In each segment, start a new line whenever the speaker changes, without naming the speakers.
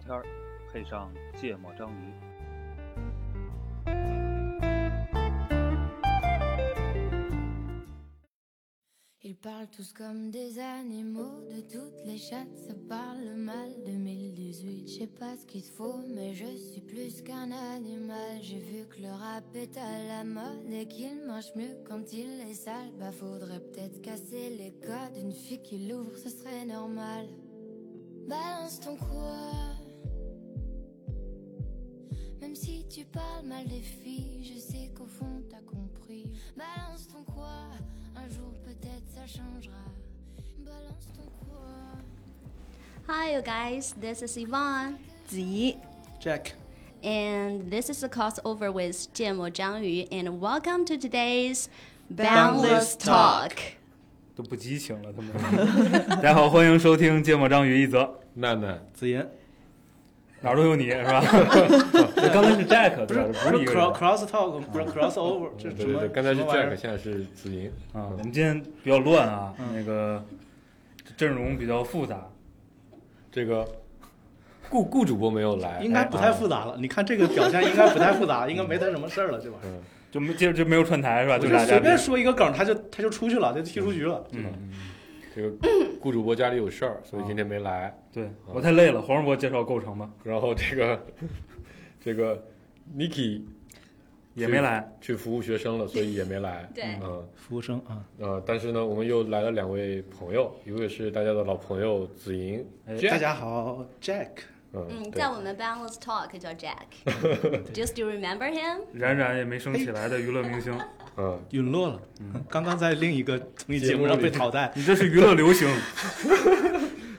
片儿，配上芥末章鱼。
Ils parlent tous comme des animaux, de toutes les chattes, ça parle mal. 2018, je sais pas ce qu'il te faut, mais je suis plus qu'un animal. J'ai vu que le rap est à la mode et qu'il marche mieux quand il est sale. Bah faudrait peut-être casser les codes, une fille qui l'ouvre, ce serait normal. Balance ton quoi Même si tu parles mal des filles, je sais qu'au fond t'as compris. Balance ton quoi Un jour peut-être ça changera. Balance ton quoi
Hi, you guys. This is Yvonne, Ziyi,
Jack.
and this is a crossover with Jianmo Zhang Yu, and welcome to today's Boundless
Boundless
Talk.
都不激情了，他们。 大家好，欢迎收听《芥末章鱼》一则，
娜娜，
子妍
哪儿都有你是 吧？这刚才是 Jack，
不是
对吧
不是
不是一个人
cross cross talk，不是 cross over，这
对
是什
嗯对
么？
对，刚才是
什么玩意
Jack，
儿
现在是嗯子银。
啊。我们今天比较乱啊，
嗯
那个阵容比较复杂，
这个顾顾主播没有 来，
应该不太复杂了。你看这个表现应该不太复杂，应该没他什么事儿了，这 玩意儿。
就没就就没有串台是吧？
我就
俩
随
嘉宾
便。说一个梗，他就他就出去了，就踢出局了。
嗯，
这个顾主播家里有事儿，所以今天没来。
对我太累了。黄世博介绍构成吧，
然后这个 这个 Niki
也没来。
去服务学生了，所以也没来。
对
嗯
服务生啊，
呃，但是呢，我们又来了两位朋友，一位是大家的老朋友子莹
哎
大
Jack，
家好，Jack，
嗯，
嗯，
对
在我们 Boundless Talk 叫 Jack。Just you remember him？
冉冉也没升起来的娱乐明星，
嗯，
陨落了， 刚刚在另一个综艺节目 上被淘汰。
你这是娱乐 流行，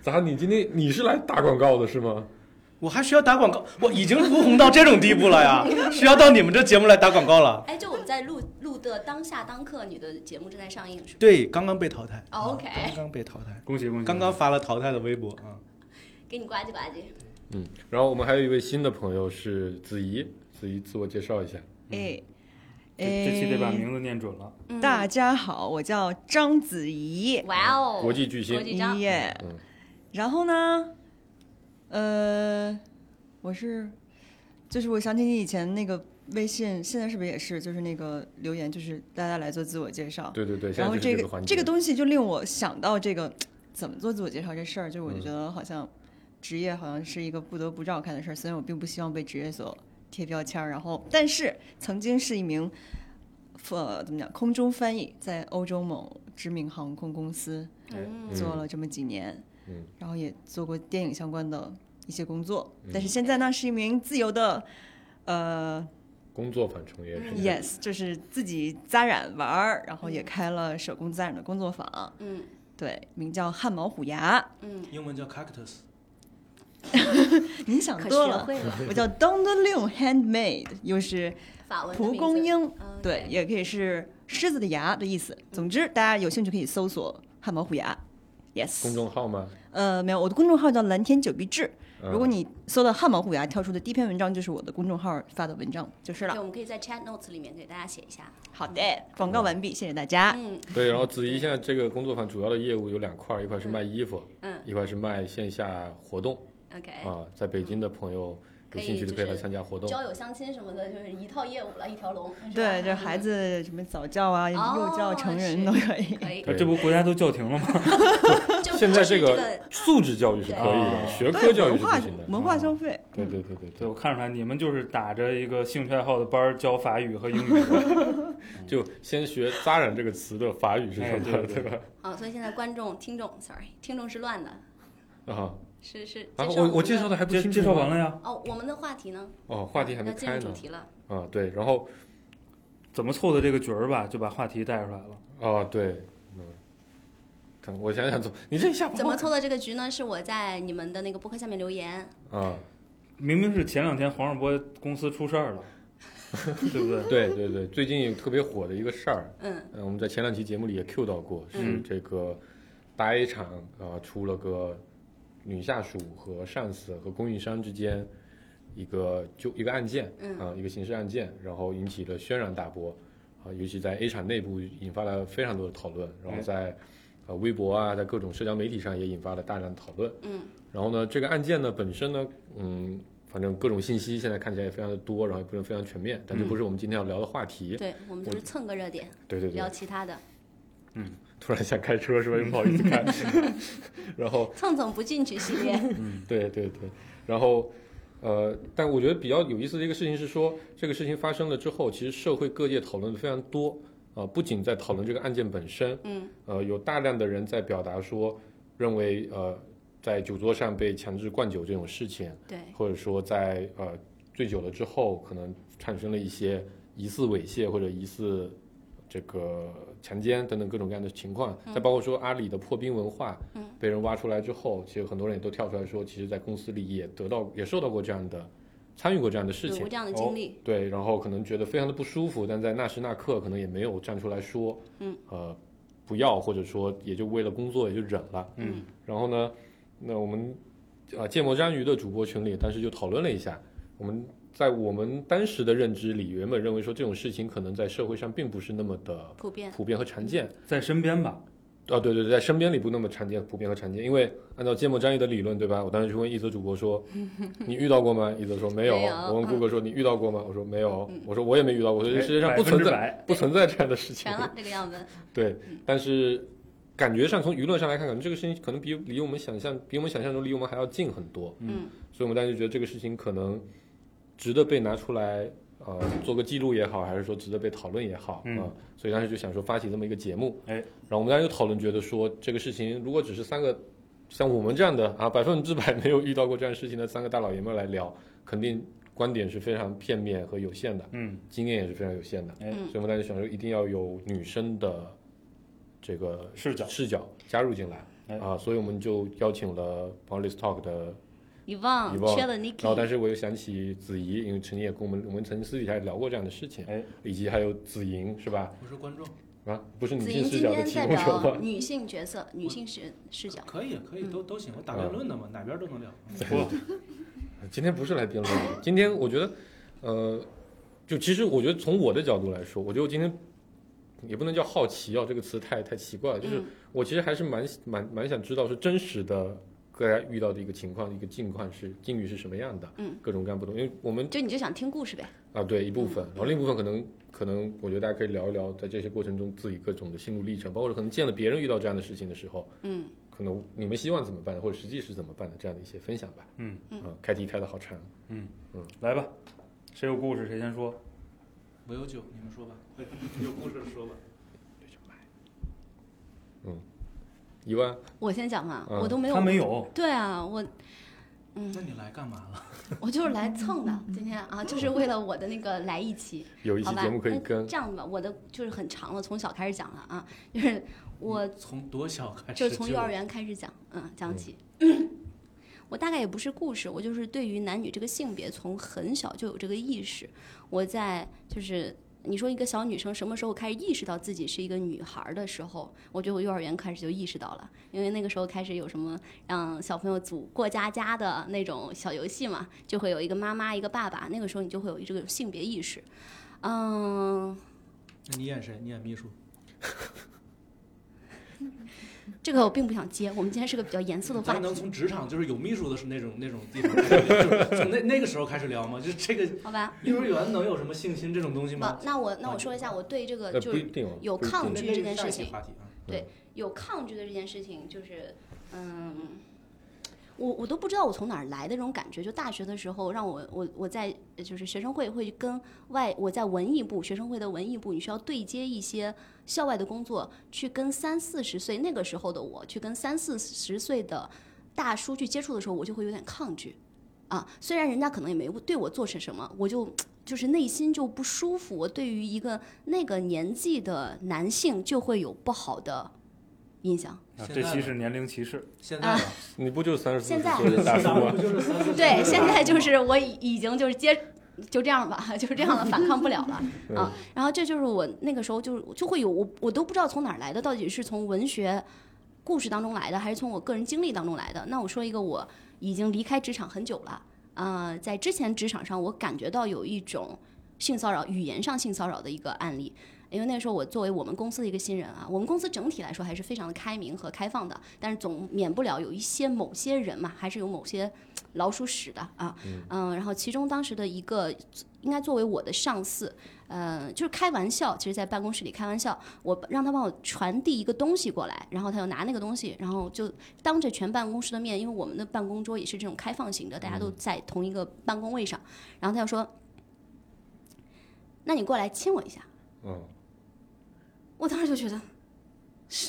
咋？你今天你是来打广告的是吗？
我还需要打广告，我已经如红到这种地步了呀，需要到你们这节目来打广告了。
哎，就我们在录录的当下当刻，你的节目正在上映是吧？
对，刚刚被淘汰。
哦，OK
刚刚被淘汰，
恭喜
嗯
恭喜！
刚刚发了淘汰的微博啊。
给你呱唧呱唧。
嗯，然后我们还有一位新的朋友是子怡，子怡自我介绍一下。
哎，
嗯这这期得把
哎
名字念准了。
嗯
大家好，我叫章子怡，
哇哦，
国际巨星
国际章，
耶
嗯
然后呢，呃，我是，就是我想起你以前那个微信，现在是不是也是，就是那个留言，就是大家来做自我介绍。
对对对，现
然
在
后
就是
这
环
个
节。
这个东西就令我想到这个怎么做自我介绍这事儿，就是我
嗯
就觉得好像职业好像是一个不得不绕开的事儿，虽然我并不希望被职业所贴标签儿，然后但是曾经是一名呃怎么讲空中翻译，在欧洲某知名航空公司
嗯
做了这么几年，
嗯
然后也做过电影相关的一些工作，
嗯
但是现在呢是一名自由的呃
工作反从业者。
嗯
yes 就是自己扎染玩儿，然后也开了手工扎染的工作坊。
嗯
对，名叫汗毛虎牙。
嗯，
英文叫 cactus。
您想
可
多
学
了，
会了
我叫 Don d l i n Handmade，又是
嗯
法文的
蒲
名
公
字
英，
嗯
对，也可以是狮子的牙的意思。总之，大家有兴趣可以搜索汗毛虎牙。Yes，
公众号吗？
呃，没有，我的公众号叫蓝天九必志。
嗯
如果你搜到汗毛虎牙，跳出的第一篇文章就是我的公众号发的文章，就是
对，
了。
我们可以在 chat notes 里面给大家写一下。
好的，广告完毕，谢谢大家。
嗯
对，然后子怡现在这个工作坊主要的业务有两块，一块是卖衣服，
嗯
一块是卖线下活动
，OK。
啊。在北京的朋友
可
有
以
兴趣的可以
就
来
是
参加活动。
交友相亲什么的，就是一套业务了，一条龙。是吧
对，这孩子什么早教啊、
哦
幼教、成人
是
都可以。
嗯 可以，
这不国家都叫停了吗？
就
现在
就是这
个素质教育是可以
啊
的，学科
对，
教育
文
是
化
不行的。嗯
文化消费，
对对对对
嗯
对，
对，
我看出来你们就是打着一个兴趣爱好的班儿教法语和英语 的，
就先学“扎染”这个词的法语是什
哎对
么，
对
对吧？
啊，所以现在观众、听众，sorry，听众是乱的，
啊，
是是。介
然后
绍
我我介
们
绍的还不
介
清楚
介
吗
绍完了呀，
哦，我们的话题呢？
哦，话题还没
要进入
开
主
呢
题了。
啊，对，然后
怎么凑的这个局儿吧，就把话题带出来了。
啊，对，嗯，看我想想怎么，你这一下把
怎么
我
凑到这个局呢？是我在你们的那个博客下面留言，
啊？
明明是前两天黄世博公司出事儿 了，对不对？
对对对，最近有特别火的一个事儿，
嗯
嗯，我们在前两期节目里也 Q 到过，是
嗯
这个大 A 厂啊、呃出了个女下属和上司和供应商之间一个就一个案件
嗯
啊、一个刑事案件，然后引起了轩然大波啊、尤其在 A 厂内部引发了非常多的讨论，然后
嗯
在、呃微博啊，在各种社交媒体上也引发了大量的讨论。
嗯，
然后呢，这个案件呢本身呢，嗯，反正各种信息现在看起来也非常的多，然后也不是非常全面，但这不是我们今天要聊的话题。
对我们就是蹭个热点，
对对对
聊，其他的，
突然想开车是吧？又不好意思开。 然后
蹭蹭不进去系列。
对对对，然后呃，但我觉得比较有意思的一个事情是说，这个事情发生了之后，其实社会各界讨论的非常多啊、不仅在讨论这个案件本身，
嗯，
呃，有大量的人在表达说，认为呃，在酒桌上被强制灌酒这种事情，
对，
或者说在呃醉酒了之后，可能产生了一些疑似猥亵或者疑似这个强奸等等各种各样的情况，再包括说阿里的破冰文化，
嗯
被人挖出来之后，其实很多人也都跳出来说，其实在公司里也得到也受到过这样的参与过这样的事
有
情
过，这样的
哦
经历，
对，然后可能觉得非常的不舒服，但在那时那刻可能也没有站出来说，
嗯，
呃，不要，或者说也就为了工作也就忍了，
嗯，
然后呢，那我们啊芥末章鱼的主播群里当时就讨论了一下，我们在我们当时的认知里，原本认为说这种事情可能在社会上并不是那么的
普遍。
普遍和常见，
在身边吧，
啊，对对对，在身边里不那么常见，普遍和常见，因为按照芥末章鱼的理论，对吧？我当时就问一泽主播说：“你遇到过吗？”一泽说：“没有。
没有嗯
我问顾哥说：“你遇到过吗？”我说：“没有。我说：“我也没遇到过。”我说：“这世界上不
哎百分
存
之
在
百。
不存在这样的事情。
全了这个样本，
对，但是感觉上从舆论上来看，可能这个事情可能比离我们想象比我们想象中离我们还要近很多。
嗯，
所以我们当时就觉得这个事情可能值得被拿出来，呃，做个记录也好，还是说值得被讨论也好，啊、
嗯
所以当时就想说发起这么一个节目，
哎
然后我们当时就讨论，觉得说这个事情如果只是三个像我们这样的啊，百分之百没有遇到过这样的事情的三个大老爷们儿来聊，肯定观点是非常片面和有限的，
嗯，
经验也是非常有限的，
哎
所以我们当时想说一定要有女生的这个
视角
视角加入进来。
哎
啊，所以我们就邀请了 Police Talk 的
遗忘
遗忘
缺了
然后，但
Niki，
是我又想起子怡，因为陈毅也跟我们，我们曾经私底下聊过这样的事情，
哎，
以及还有子莹，是吧？
我是观众，
啊，不是女
子
性
莹
视
今
角的
天
提
代
供者
表
吗？
女性角色、女性视视角，嗯
可以可以，都都行，我打
辩
论的嘛，哪边都能聊。
嗯
今天不是来辩论的，今天我觉得，呃，就其实我觉得从我的角度来说，我觉得我今天也不能叫好奇啊，这个词太太奇怪了，就是
嗯
我其实还是蛮蛮蛮想知道是真实的。大家遇到的一个情况，一个境况是境遇是什么样的？
嗯，
各种各样不同，因为我们
就你就想听故事呗，
啊，对，一部分，
嗯
然后另一部分可能可能，我觉得大家可以聊一聊，在这些过程中自己各种的心路历程，包括可能见了别人遇到这样的事情的时候，
嗯，
可能你们希望怎么办，或者实际是怎么办的这样的一些分享吧。
嗯
嗯，开题开的好长，
来吧，谁有故事谁先说。
我有酒，你们说吧，有故事说吧。
一万
我先讲嘛，
嗯
我都没有，
他没有，
对啊，我嗯
那你来干嘛了？
我就是来蹭的， 今天啊，就是为了我的那个来一期，
有一期
好吧
节目可以
那
跟
这样吧，我的就是很长了，从小开始讲了啊，就是我
从多小开
就
始？
是从幼儿园开始讲，嗯，讲起。我大概也不是故事，我就是对于男女这个性别，从很小就有这个意识。我在就是你说一个小女生什么时候开始意识到自己是一个女孩儿的时候，我觉得我幼儿园开始就意识到了，因为那个时候开始有什么让小朋友组过家家的那种小游戏嘛，就会有一个妈妈一个爸爸，那个时候你就会有这个性别意识。嗯，
那你演谁？你演秘书。
这个我并不想接，我们今天是个比较严肃的话
咱
题
们。能从职场就是有秘书的是那种那种地方开始聊，就是从那那个时候开始聊吗？就是这个
好吧，
幼儿园能有什么性侵这种东西
不
吗？，
哦那我那我说一下，我对这个
呃
就
不一
是
定哦
有
不一定
抗
那
拒
那
这
是
件
下
事
一
情
期话题啊，
有抗拒的这件事情，就是嗯。我我都不知道我从哪儿来的这种感觉，就大学的时候，让我我我在就是学生会会跟外我在文艺部学生会的文艺部，你需要对接一些校外的工作，去跟三四十岁那个时候的我去跟三四十岁的大叔去接触的时候，我就会有点抗拒，啊，虽然人家可能也没对我做些什么，我就就是内心就不舒服，我对于一个那个年纪的男性就会有不好的印象。
啊
现在
这期
呢
是年龄歧视。
现在呢
你不就是三十四
现在
岁的大叔
咱们
吗
不？就是三四十
啊对，
岁
现在就
的
是我已已经就是接，就这样吧，就是这样了，反抗不了了啊。然后这就是我那个时候就是就会有我我都不知道从哪儿来的，到底是从文学故事当中来的，还是从我个人经历当中来的？那我说一个，我已经离开职场很久了，呃，在之前职场上我感觉到有一种性骚扰，语言上性骚扰的一个案例。因为那时候我作为我们公司的一个新人啊，我们公司整体来说还是非常的开明和开放的，但是总免不了有一些某些人嘛，还是有某些老鼠屎的啊，嗯、然后其中当时的一个应该作为我的上司，呃，就是开玩笑，其实在办公室里开玩笑，我让他帮我传递一个东西过来，然后他就拿那个东西，然后就当着全办公室的面，因为我们的办公桌也是这种开放型的，大家都在同一个办公位上，然后他就说：“那你过来亲我一下。”
嗯，
我当时就觉得是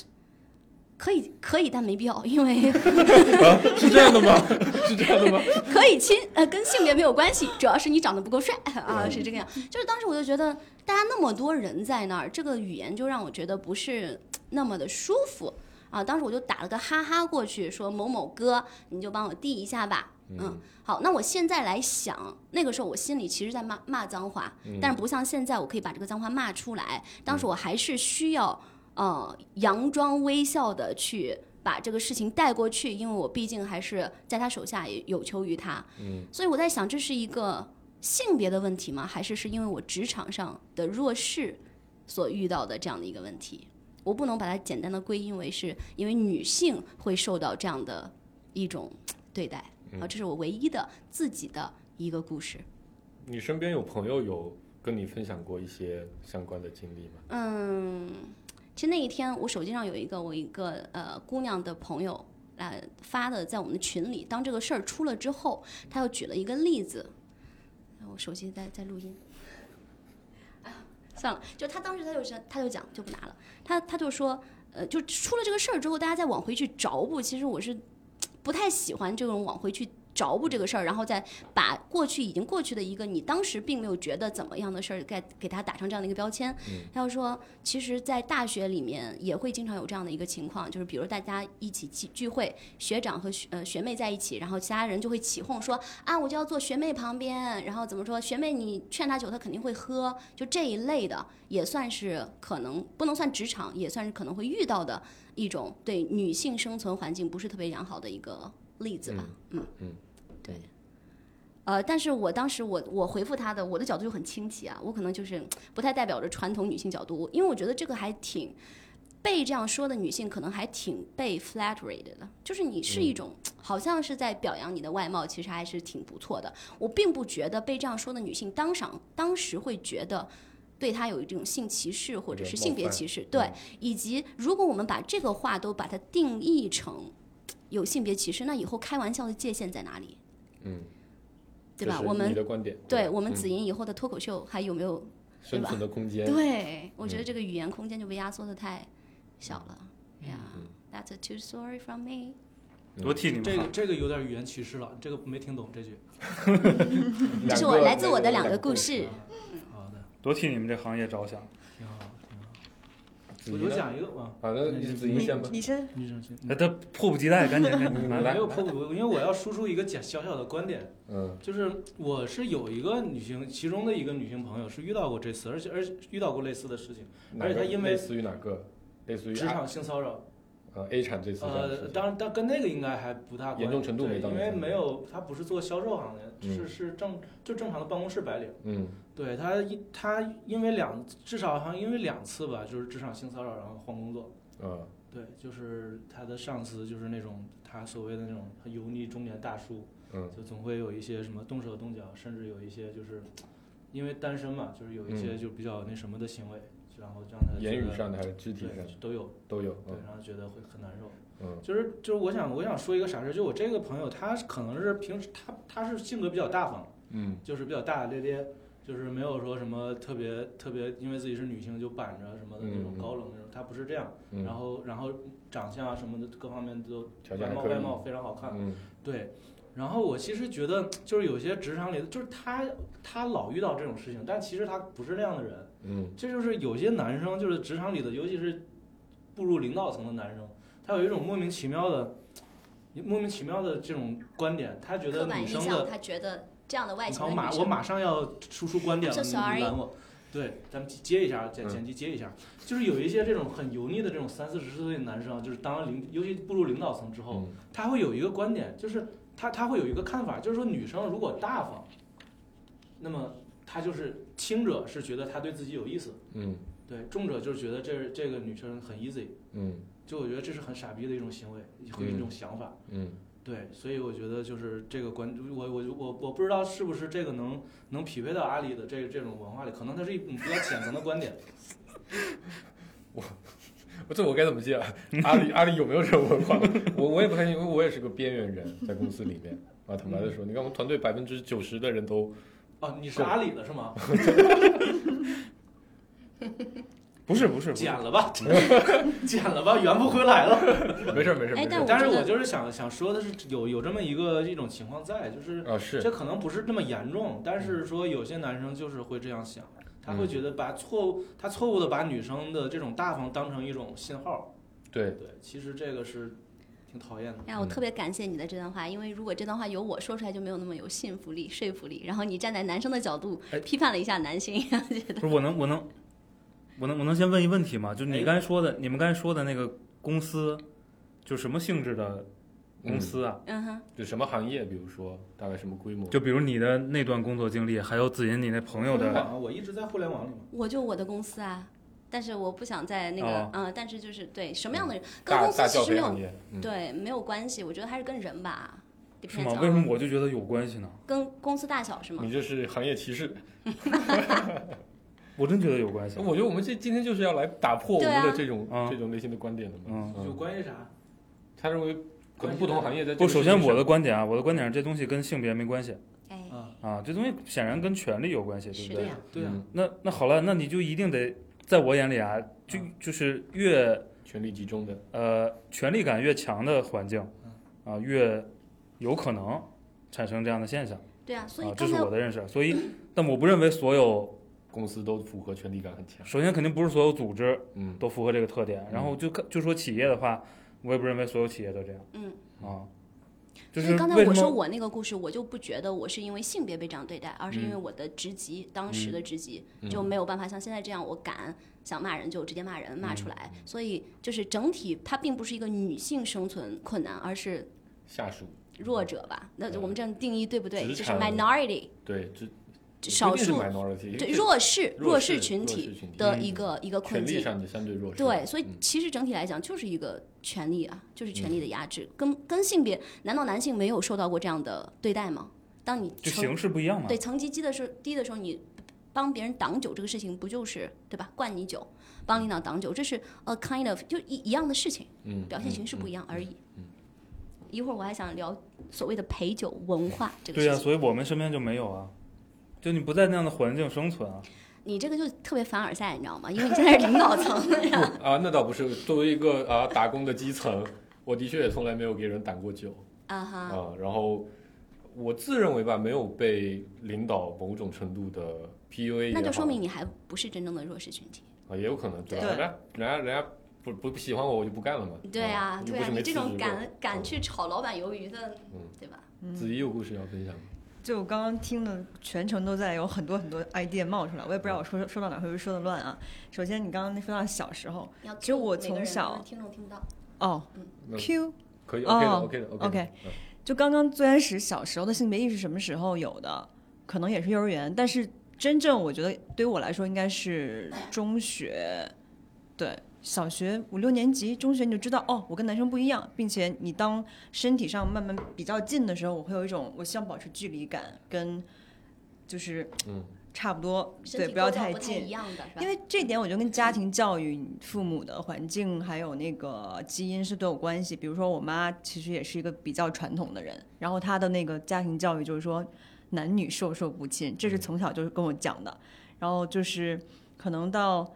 可以可以，但没必要，因为
啊是这样的吗？ 是这样的吗？
可以亲，呃，跟性别没有关系，主要是你长得不够帅啊，是这个样。
嗯
就是当时我就觉得，大家那么多人在那儿，这个语言就让我觉得不是那么的舒服啊。当时我就打了个哈哈过去，说某某哥，你就帮我递一下吧。嗯，好，那我现在来想，那个时候我心里其实在骂骂脏话，
嗯
但是不像现在我可以把这个脏话骂出来。当时我还是需要呃佯装微笑的去把这个事情带过去，因为我毕竟还是在他手下也有求于他。
嗯，
所以我在想，这是一个性别的问题吗？还是是因为我职场上的弱势所遇到的这样的一个问题？我不能把它简单的归因为是因为女性会受到这样的一种对待啊，这是我唯一的自己的一个故事。
你身边有朋友有跟你分享过一些相关的经历吗？
嗯，其实那一天我手机上有一个我一个呃姑娘的朋友来发的，在我们的群里。当这个事儿出了之后，她又举了一个例子。哎我手机在在录音。啊，算了，就她当时她就是她就讲就不拿了，她她就说，呃，就出了这个事儿之后，大家再往回去找补，其实我是不太喜欢这种往回去找补这个事儿，然后再把过去已经过去的一个你当时并没有觉得怎么样的事儿，给给它打上这样的一个标签。他就说，其实，在大学里面也会经常有这样的一个情况，就是比如大家一起聚聚会，学长和学呃学妹在一起，然后其他人就会起哄说啊，我就要坐学妹旁边，然后怎么说，学妹你劝她酒，她肯定会喝，就这一类的，也算是可能不能算职场，也算是可能会遇到的一种对女性生存环境不是特别良好的一个例子吧。嗯
嗯
对。呃，但是我当时我我回复他的我的角度就很清奇啊，我可能就是不太代表着传统女性角度，因为我觉得这个还挺被这样说的女性可能还挺被 flattered 的，就是你是一种、好像是在表扬你的外貌，其实还是挺不错的。我并不觉得被这样说的女性当场当时会觉得。对她有这种性歧视或者是性别歧视，对，以及如果我们把这个话都把它定义成有性别歧视，那以后开玩笑的界限在哪里？
嗯，
对吧？
这是
我们
你的观点，
对我们
嗯
紫银以后的脱口秀还有没有？
生存的空间，
对，我觉
嗯
得这个语言空间就被压缩的太小了。
嗯
呀、yeah,，That's a too sorry from me。
多替你
这
们
个
好。
这个有点语言歧视了，这个没听懂这句。
这是
两
我
个
来自我的
那
两个故事。
啊好的，
多替你们这行业着想。
挺好，挺好。
子
我
怡
就
呢
讲一个啊，
好的，
那
你
就
子怡先吧。
你先
女生去。
哎，他迫不及待， 赶紧赶紧来
没
来
有迫不，因为我要输出一个简小小的观点，
嗯
就是我是有一个女性，其中的一个女性朋友是遇到过这次，而且而且遇到过类似的事情，，
哪
而且
个
他因为
类似于哪个？类似于
职场性骚扰。
呃 A 产这次啊这样的事
呃，
情
当然，但跟那个应该还不大关
严重程度
对
没到
因
那
为
程度
没有他不是做销售行业，
嗯
是是正就正常的办公室白领。
嗯
对他一他因为两至少好像因为两次吧，就是职场性骚扰，然后换工作。
呃
对，就是他的上司就是那种他所谓的那种油腻中年大叔，
嗯
就总会有一些什么动手动脚，甚至有一些就是因为单身嘛，就是有一些就比较那什么的行为，然后让他觉
嗯言语
得
上的还是肢体
对
上的
都有。
都有。
对
嗯，
然后觉得会很难受。
嗯
就是就是，我想我想说一个啥事儿，就我这个朋友，他可能是平时他他是性格比较大方，
嗯
就是比较大大咧咧，就是没有说什么特别特别，因为自己是女性就板着什么的那种
嗯嗯
高冷那种，他不是这样。
嗯，
然后然后长相啊什么的各方面都
条件
外
还
貌
可以
外貌非常好看，
嗯
对。然后我其实觉得，就是有些职场里的，就是他他老遇到这种事情，但其实他不是那样的人。
嗯
这就是有些男生，就是职场里的，尤其是步入领导层的男生，他有一种莫名其妙的、莫名其妙的这种观点，他觉
刻
得
板
女
印
生
象，
的，
他觉得这样的外
你
形
看
的
我马
女
我
生，
马上要输出观点
I'm
了，
so
你
sorry
拦我。对，咱们接一下，剪
嗯
剪辑接一下，就是有一些这种很油腻的这种三四十岁的男生啊，就是当了领，尤其步入领导层之后，
嗯
他会有一个观点，就是他他会有一个看法，就是说女生如果大方，那么他就是轻者是觉得他对自己有意思，
嗯
对，重者就是觉得这这个女生很 easy，
嗯
就我觉得这是很傻逼的一种行为和一种想法。
嗯
对，所以我觉得就是这个关，我我我我不知道是不是这个能能匹配到阿里的这这种文化里，可能它是一种比较浅层的观点。
我这我该怎么接啊？阿 里阿里有没有这种文化？我我也不太清楚，因为我也是个边缘人，在公司里面啊，坦白的说，你看我们团队百分之九十的人都
哦，你是阿里的是吗？
不是不是，不是
剪了吧， 剪了吧，圆不回来了。
没事儿没事
哎
儿没事
但
儿
但是
我觉得
我就是想想说的是，有有这么一个一种情况在，就是
啊是
这可能不是那么严重，
嗯
但是说有些男生就是会这样想，他会觉得把错误，他错误的把女生的这种大方当成一种信号。
对
对，其实这个是挺讨厌的。
哎呀，我特别感谢你的这段话，因为如果这段话由我说出来，就没有那么有信服力、说服力。然后你站在男生的角度
哎
批判了一下男性，
呃
不是我能我能我能我能先问一问题吗？就你
哎
刚才说的，你们刚才说的那个公司，就什么性质的公司啊？
嗯哼，
就什么行业，比如说大概什么规模，
就比如你的那段工作经历，还有子银你那朋友
互联
的，
网啊，我一直在互联网里嘛。
我就我的公司啊，但是我不想在那个，
哦嗯
嗯、但是就是对什么样的人，跟
大
公
大
司
教
其实没
培
有
行业，嗯
对没有关系，我觉得还是跟人吧。啊
是吗？为什么我就觉得有关系呢？
跟公司大小是吗
你？这是行业歧视。
我真觉得有关系。
我觉得我们这今天就是要来打破我们
对
的
啊
这种
嗯
这种类型的观点的嘛
嗯。
有关系啥？
他认为可能不同行业在这个
不，首先
世界
我
上
的观点啊，我的观点是这东西跟性别没关系
哎，
啊，
啊，这东西显然跟权利有关系，对
是
不
的
对？
呀，
对啊，
嗯
那那好了，那你就一定得在我眼里啊，就就是越
权力集中的，
呃权力感越强的环境
嗯，
啊、越有可能产生这样的现象
对啊，所
啊
以，
这
刚
是
才
我的认识。所以，但我不认为所有，
公司都符合权力感很强。
首先肯定不是所有组织
嗯，
都符合这个特点。然后就看就说企业的话，我也不认为所有企业都这样
嗯，
啊。就
所
是
以刚才
为
我
什
说
么
我那个故事，我就不觉得我是因为性别被这样对待，而是
嗯
因为我的职级，当时的职级、
嗯
就没有办法像现在这样，我敢想骂人就直接骂人骂出
嗯
来。所以就是整体，它并不是一个女性生存困难，而是
下属
弱者吧？那
嗯
我们这样定义对不对？
职
就是
场
minority
对这
少数对
对
弱势
弱势
势群
弱势群体嗯
的一个一个困
权力
境。
上的相对弱势。
对，所以
嗯
其实整体来讲就是一个权利啊，就是权利的压制，跟跟性别，难道男性没有受到过这样的对待吗？当你
就
成
形式不一样嘛
对，层级低的时候，低的时候，你帮别人挡酒这个事情，不就是对吧？灌你酒，帮领导挡酒，这是 a kind of 就一一样的事情，
嗯，
表现形式不一
样。
样而已。
嗯
一会儿我还想聊所谓的陪酒文化这个
对呀、啊
事
啊
情，
所以我们身边就没有啊，就你不在那样的环境生存啊。
你这个就特别凡尔赛，你知道吗？因为你现在是领导层，
不啊，那倒不是。作为一个啊打工的基层，我的确也从来没有给人挡过酒
啊哈，
啊。然后我自认为吧，没有被领导某种程度的 PUA 也好
那就说明你还不是真正的弱势群体。
啊，也有可能，对吧？
对
人家人家人家不不不喜欢我，我就不干了嘛。
对啊，
又
对
哦不
啊，
是
你
没
这
辞
种
职
敢
过
敢。去炒老板鱿鱼的
嗯，
对吧？
嗯子怡有故事要分享吗？
就我刚刚听的全程都在有很多很多 idea 冒出来，我也不知道我说说到哪儿会不会说的乱啊。首先，你刚刚那说到小时候
要
其实我
每个
从
人
小
不是听众听不到，
哦
那
，Q
可以
哦
，OK 的，OK 的
OK
的。嗯
就刚刚最开始小时候的性别意识什么时候有的？可能也是幼儿园，但是真正我觉得对于我来说应该是中学，对，小学五六年级，中学你就知道哦，我跟男生不一样，并且你当身体上慢慢比较近的时候，我会有一种我希望保持距离感，跟就是
嗯
差不多，
身
对，
体
不要
构造
太
不
近
一。样的是吧？嗯
因为这点，我觉得跟家庭教育、父母的环境还有那个基因是都有关系。比如说，我妈其实也是一个比较传统的人，然后她的那个家庭教育就是说男女授受不亲，这是
嗯
从小就是跟我讲的。然后就是可能到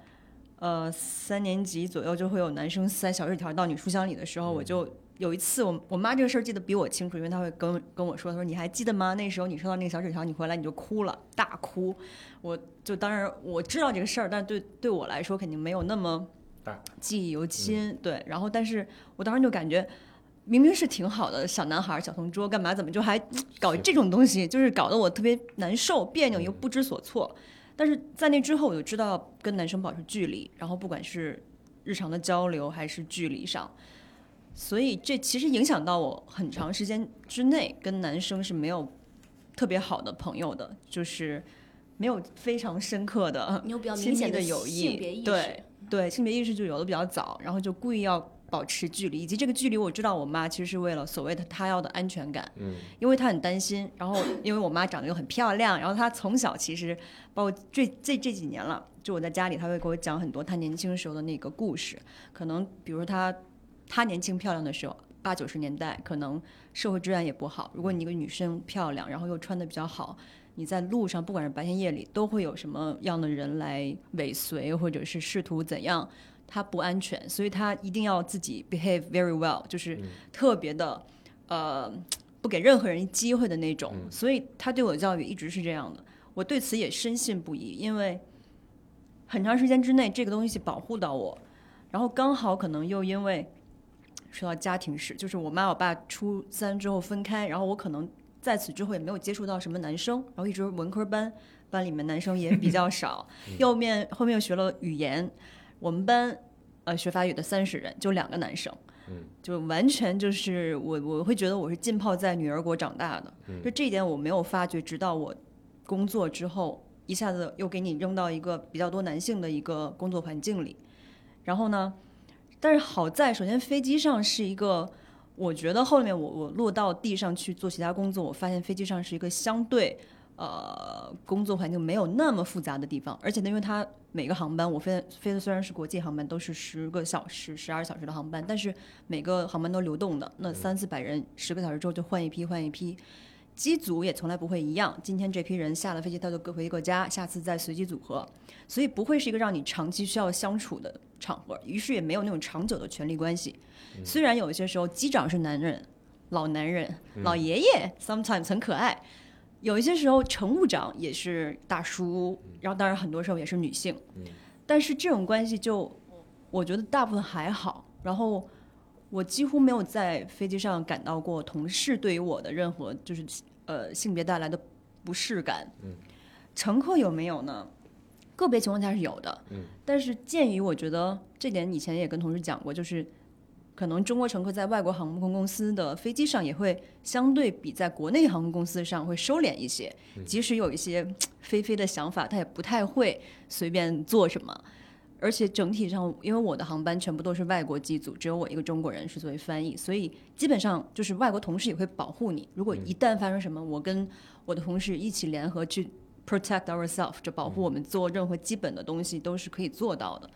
呃三年级左右，就会有男生塞小纸条到女书箱里的时候，
嗯
我就。有一次我，我妈这个事儿记得比我清楚，因为她会跟我跟我说，她说你还记得吗？那时候你收到那个小纸条，你回来你就哭了，大哭。我就当然我知道这个事儿，但是对对我来说肯定没有那么
大
记忆犹新。对，然后但是我当时就感觉，明明是挺好的小男孩儿、小同桌，干嘛怎么就还搞这种东西？就是搞得我特别难受、别扭又不知所措。但是在那之后，我就知道跟男生保持距离，然后不管是日常的交流还是距离上，所以这其实影响到我很长时间之内跟男生是没有特别好的朋友的，就是。没有非常深刻的
你有比较
亲
明
密
显
的友
友
谊，
性别意识，
对对，性别意识就有的比较早，然后就故意要保持距离，以及这个距离我知道我妈其实是为了所谓的她要的安全感，
嗯，
因为她很担心，然后因为我妈长得又很漂亮，然后她从小其实包括这这这几年了，就我在家里，她会给我讲很多她年轻时候的那个故事，可能比如她她年轻漂亮的时候。八九十年代可能社会治安也不好，如果你一个女生漂亮，然后又穿的比较好，你在路上不管是白天夜里，都会有什么样的人来尾随，或者是试图怎样，她不安全，所以她一定要自己 behave very well，就是
嗯
特别的，呃，不给任何人机会的那种。
嗯
所以她对我的教育一直是这样的，我对此也深信不疑，因为很长时间之内这个东西保护到我，然后刚好可能又因为。说到家庭史，就是我妈我爸初三之后分开，然后我可能在此之后也没有接触到什么男生，然后一直文科班，班里面男生也比 较少。
嗯
右面后面又学了语言，我们班呃学法语的三十人就两个男生，
嗯，
就完全就是我我会觉得我是浸泡在女儿国长大的，
嗯
就这一点我没有发觉，直到我工作之后，一下子又给你扔到一个比较多男性的一个工作环境里，然后呢，但是好在首先飞机上是一个。我觉得后面我我落到地上去做其他工作，我发现飞机上是一个相对呃工作环境没有那么复杂的地方，而且呢，因为它每个航班我飞的飞的虽然是国际航班，都是十个小时、十二小时的航班，但是每个航班都流动的，那三四百人，十个小时之后就换一批，换一批。机组也从来不会一样，今天这批人下了飞机，他就各回各家，下次再随机组合，所以不会是一个让你长期需要相处的场合，于是也没有那种长久的权力关系。
嗯
虽然有一些时候机长是男人，老男人、
嗯
老爷爷，sometimes 很可爱，有一些时候乘务长也是大叔，
嗯
然后当然很多时候也是女性，但是这种关系就我觉得大部分还好，然后。我几乎没有在飞机上感到过同事对于我的任何就是呃性别带来的不适感。
嗯，
乘客有没有呢？个别情况下是有的。
嗯，
但是鉴于我觉得这点以前也跟同事讲过，就是可能中国乘客在外国航空公司的飞机上也会相对比在国内航空公司上会收敛一些，即使有一些嘖飞飞的想法，他也不太会随便做什么。而且整体上，因为我的航班全部都是外国机组，只有我一个中国人是作为翻译，所以基本上就是外国同事也会保护你。如果一旦发生什么，我跟我的同事一起联合去 protect ourselves，就保护我们做任何基本的东西都是可以做到的。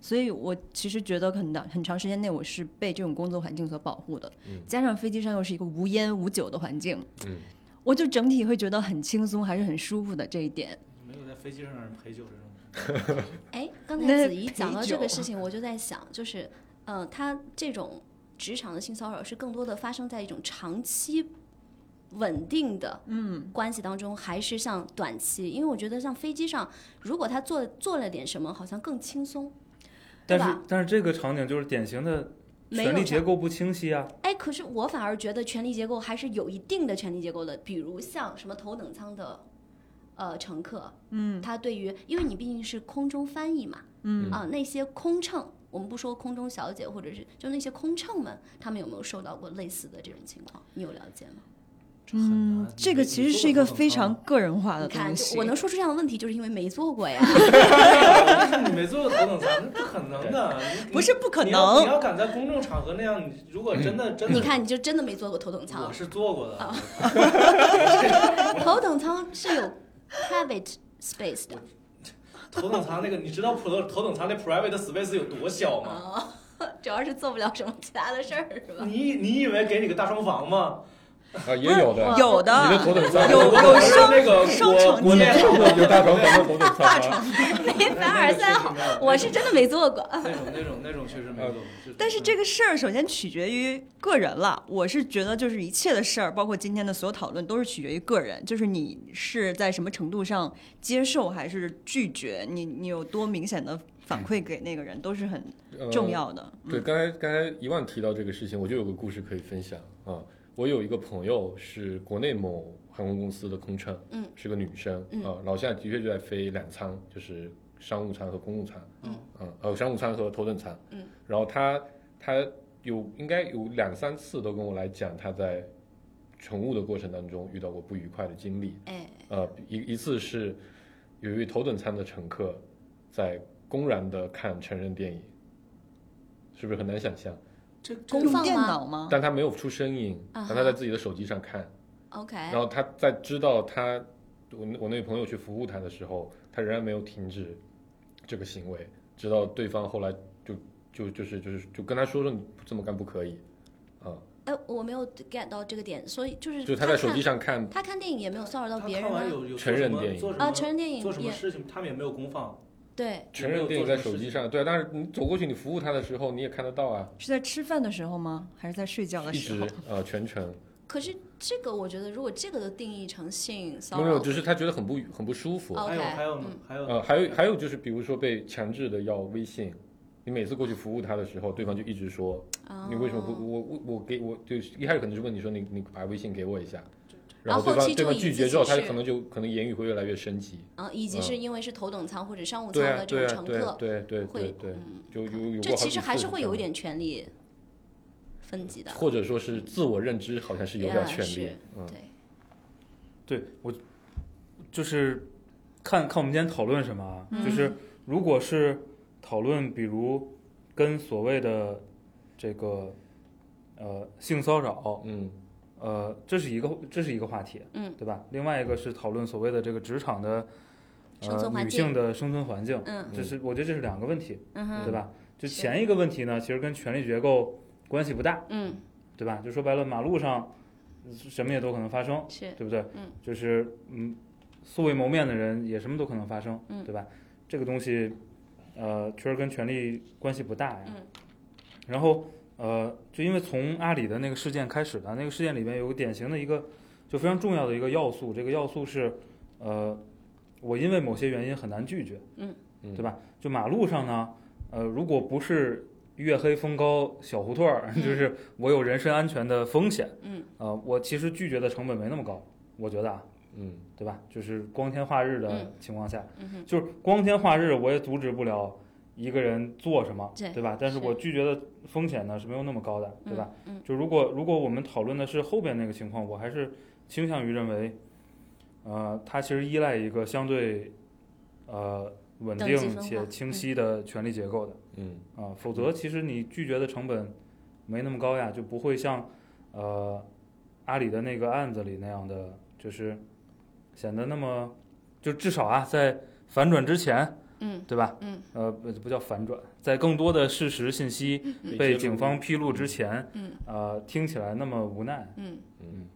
所以我其实觉得很长很长时间内我是被这种工作环境所保护的，加上飞机上又是一个无烟无酒的环境，
嗯
我就整体会觉得很轻松，还是很舒服的这一点。
嗯
没有在飞机上让人陪酒这种。
哎，刚
那
才子怡讲到
陪
这个
酒啊
事情，我就在想，就是，呃，他这种职场的性骚扰是更多的发生在一种长期稳定的嗯关系当中，还是像短期？因为我觉得像飞机上，如果他做做了点什么，好像更轻松，对
但是
吧？
但是这个场景就是典型的
没
权
有
力
这
结
样。
构不清晰啊，
哎，可是我反而觉得权力结构还是有一定的权力结构的，比如像什么头等舱的。呃，乘客，嗯，他对于，因为你毕竟是空中翻译嘛，
嗯
啊，那些空乘，我们不说空中小姐，或者是就那些空乘们，他们有没有受到过类似的这种情况？你有了解吗？
这很难
嗯这个其实是一个非常个人化的
你看，
东
就
西。
我能说出这样的问题，就是因为没做过呀。
你没坐过头等舱，那不可能的，你
不是不可
你要你
能，
要敢在公众场合那样，你如果真 的真的，
你看，你就真的没坐过头等
我
舱，
是坐过的
啊，头等舱是有 private space 的。
头等舱那个，你知道普头头等舱那 private space 有多小吗？
哦， 主要是做不了什么其他的事儿，是吧？
你你以为给你个大双房吗？
啊，也有的，
我
有
你的
的
头等舱
有有双
那个
双层
国
我
内
能看过有大床房和头等舱吗？
没凡尔赛好， 我是真的没坐过。
那种那种那种确实没做过。
但是这个事儿首先取决于个人了，我是觉得就是一切的事儿，包括今天的所有讨论，都是取决于个人，就是你是在什么程度上接受还是拒绝，你你有多明显的反馈给那个人，都是很
呃
重要的。
对，
嗯
刚才刚才一万提到这个事情，我就有个故事可以分享啊。我有一个朋友是国内某航空公司的空乘，
嗯
是个女生，
嗯
啊，然后现在的确就在飞两舱，就是商务舱和公务舱，
嗯，
呃，商务舱和头等舱，
嗯，
然后她她有应该有两三次都跟我来讲她在乘务的过程当中遇到过不愉快的经历，
哎，
呃，一一次是有一位头等舱的乘客在公然的看成人电影，是不是很难想象？
这
公
用
放
电
吗
脑吗？
但他没有出声音，
啊哈哎
但他在自己的手机上看。
OK，
然后他在知道他我那我那个朋友去服务他的时候，他仍然没有停止这个行为，直到对方后来就就就是就是就跟他说说你这么干不可以啊，
哎，我没有 get 到这个点，所以就是
就是他在手
看
机上看
他看电影也没有骚扰到
他
别人
看完
啊，
有有做
成
什
人
么
电影
做什
啊，
么
成人电影
做什么
也
事情，他们也没有公放。
对，
成人电影
做
在
什么
手
事
机
情
上，对，啊但是你走过去你服务他的时候，你也看得到啊，
是在吃饭的时候吗？还是在睡觉的
一
时
直
候？
呃全程
可是这个我觉得，如果这个的定义成性骚
没
扰，
有，只是他觉得很不很不舒服。
OK，
还有还有
嗯
还有，
呃，还有还有就是，比如说被强制的要微信，你每次过去服务他的时候，对方就一直说你为什么不
哦？
我我我给我就是一开始可能就问你说你你把微信给我一下，
然
然
后
后对
后期
方对
就
方
以
拒
自
绝
己
之后，他
是
可能就可能言语会越来越升级。
啊，以及
嗯
是因为是头等舱或者商务舱
对啊
的这
对
种
啊
乘
对
客，
对对对啊
会
对
嗯，
就有有过
这
好
其
几
实还
次
是
这
会有
样
一点权力分级的，
或者说是自我认知好像是有点
呀
权利
啊是，
嗯，
对，
对我就是看看我们今天讨论什么啊，
嗯
就是如果是讨论比如跟所谓的这个呃性骚扰，
嗯
呃，这是一个这是一个话题，
嗯，
对吧？另外一个是讨论所谓的这个职场的
生
呃
存环
女
境
性的生存环境，
嗯
这是我觉得这是两个问题，
嗯哼，
对吧？就是前一个问题呢，其实跟权力结构关系不大，
嗯
对吧？就说白了，马路上什么也都可能发生，
是
对不对？
嗯，
就是嗯，素未谋面的人也什么都可能发生，
嗯
对吧？这个东西，呃，确实跟权力关系不大呀。
嗯
然后呃，就因为从阿里的那个事件开始的，那个事件里面有个典型的一个就非常重要的一个要素，这个要素是呃，我因为某些原因很难拒绝，
嗯
嗯
对吧？就马路上呢，呃，如果不是月黑风高小胡同儿， 就是我有人身安全的风险，
嗯
呃，我其实拒绝的成本没那么高，我觉得啊，
嗯
对吧？就是光天化日的
嗯
情况下，
嗯哼，
就是光天化日，我也阻止不了一个人做什么，
对
对吧？但是
是
我拒绝的风险呢是没有那么高的，对吧？
嗯？嗯
就如果如果我们讨论的是后边那个情况，我还是倾向于认为，呃，它其实依赖一个相对呃稳
等级分
定
化嗯
且清晰的权力结构的。
嗯
啊，否则其实你拒绝的成本没那么高呀，就不会像呃阿里的那个案子里那样的，就是显得那么，就至少啊，在反转之前，
嗯
对吧？
嗯，
呃，不不叫反转，在更多的事实信息被警方披露之前，
嗯
呃，听起来那么无奈。
嗯
嗯，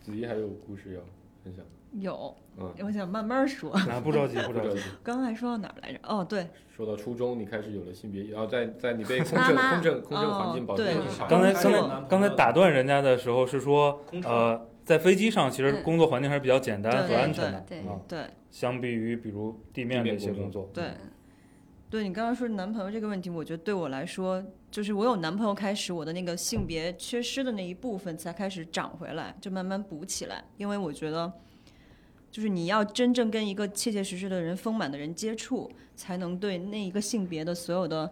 子怡还有故事要分享吗，
有，
嗯，
我想慢慢说。
啊，不着急，不
不着
着
急
急。。
刚才说到哪儿来着？哦，对，
说到初中，你开始有了性别意，然后在在你被公
妈
正
妈
公正公正环境
哦
保证
对
之下，
刚才
还
刚
有
才
男
刚才
朋友
打断人家的时候是说，
空乘
呃，在飞机上其实
嗯
工作环境还是比较简单和
对
安全
对
的。
对
啊
对，
相比于比如地面的一些工作，
对，对你刚刚说男朋友这个问题，我觉得对我来说，就是我有男朋友开始，我的那个性别缺失的那一部分才开始长回来，就慢慢补起来。因为我觉得，就是你要真正跟一个切切实实的人、丰满的人接触，才能对那一个性别的所有的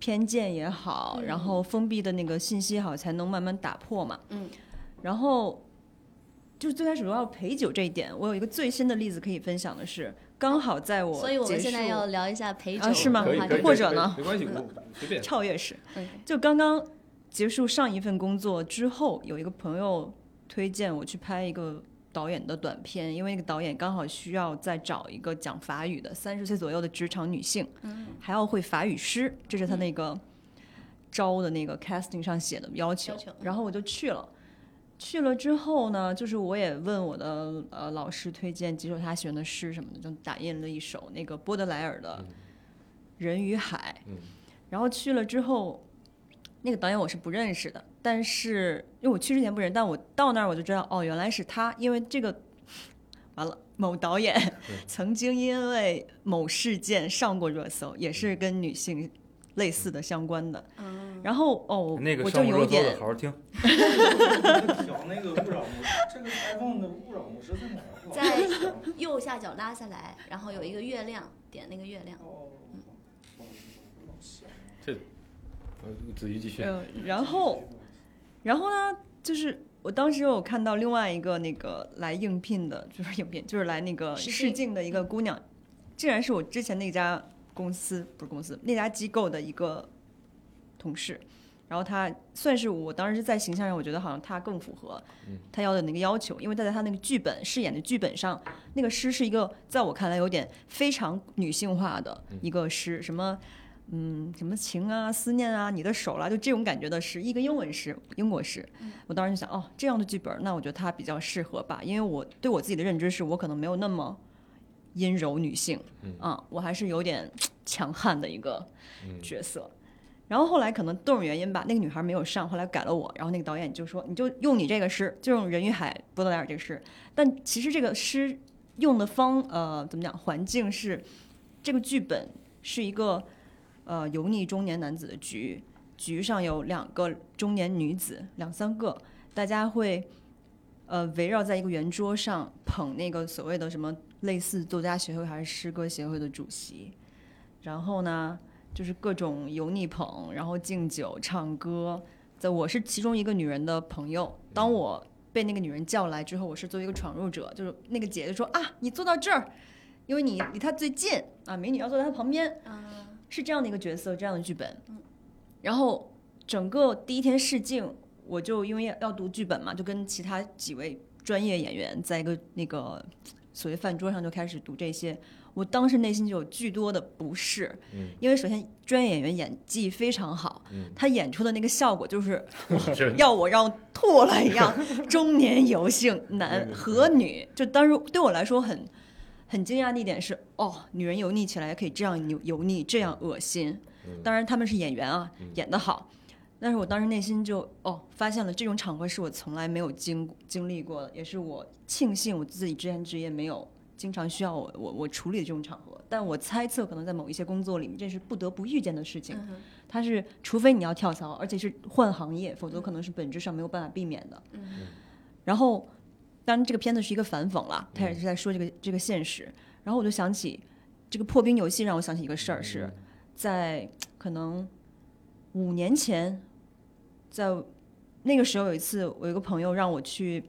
偏见也好，然后封闭的那个信息也好，才能慢慢打破嘛。
嗯，
然后。就是最开始我要陪酒这一点，我有一个最新的例子可以分享的是，刚好在我
所以我们
结
现在
束
要聊一下陪
啊
酒
是吗
可以
话
可以
题嗯
或者呢
没关系，我随 便。
跳跃式。
OK
就刚刚结束上一份工作之后，有一个朋友推荐我去拍一个导演的短片，因为那个导演刚好需要再找一个讲法语的三十岁左右的职场女性，
嗯
还要会法语诗，这是他那个招的那个 casting 上写的要求。
要求嗯
然后我就去了。去了之后呢，就是我也问我的呃老师推荐几首他喜欢的诗什么的，就打印了一首那个波德莱尔的
嗯
《人与海》。
嗯
然后去了之后，那个导演我是不认识的，但是因为我去之前不认识，但我到那儿我就知道哦，原来是他，因为这个完了，某导演 曾经因为某事件上过热搜，也
嗯
是跟女性类似的相关的。
嗯
然后哦，
那个
我就
上过热
有
搜
点
的，好好听。
调那个勿扰模式，这个 iPhone 的勿扰模式在哪儿？我老
在
是想
右下角拉下来，然后有一个月亮，点那个月亮，
哦我老想
呃，子怡继续。
嗯，然后然后呢，就是我当时有看到另外一个那个来应聘的，就是应 聘，就是来那个
试镜
试镜的一个姑娘，竟然是我之前那家公司不是公司那家机构的一个同事，然后她算是我当时在形象上，我觉得好像她更符合
嗯
她要的那个要求，因为她在她那个剧本饰演的剧本上，那个诗是一个在我看来有点非常女性化的一个诗，什么。嗯，什么情啊、思念啊、你的手啦、就这种感觉的诗，一个英文诗、英国诗，我当时就想，哦，这样的剧本儿，那我觉得它比较适合吧，因为我对我自己的认知是我可能没有那么阴柔女性，
嗯
啊，我还是有点强悍的一个
嗯
角色。然后后来可能各种原因吧，那个女孩没有上，后来改了我，然后那个导演就说，你就用你这个诗，就用任与海、波德莱尔这个诗，但其实这个诗用的方呃怎么讲，环境是这个剧本是一个呃油腻中年男子的局，局上有两个中年女子，两三个，大家会呃围绕在一个圆桌上捧那个所谓的什么类似作家协会还是诗歌协会的主席，然后呢就是各种油腻捧，然后敬酒唱歌。在我是其中一个女人的朋友，当我被那个女人叫来之后，我是作为一个闯入者，就是那个姐姐说啊，你坐到这儿，因为你离她最近啊，美女要坐在她旁边，
嗯
是这样的一个角色，这样的剧本。嗯然后整个第一天试镜，我就因为要要读剧本嘛，就跟其他几位专业演员在一个那个所谓饭桌上就开始读这些。我当时内心就有巨多的不适，
嗯
因为首先专业演员演技非常好，
嗯
他演出的那个效果就是
真
要我让吐了一样，中年油性男和女，就当时对我来说很很惊讶的一点是，哦，女人油腻起来也可以这样油油腻，这样恶心。当然他们是演员啊，演得好，但是我当时内心就哦，发现了这种场合是我从来没有经经历过的，也是我庆幸我自己之前职业没有经常需要我我我处理的这种场合。但我猜测，可能在某一些工作里面，这是不得不遇见的事情。
嗯
它是除非你要跳槽，而且是换行业，否则可能是本质上没有办法避免的。
嗯
然后，当然这个片子是一个反讽啦，它也是在说这个、这个现实。然后我就想起这个破冰游戏，让我想起一个事儿，是在可能五年前，在那个时候有一次，我有一个朋友让我去。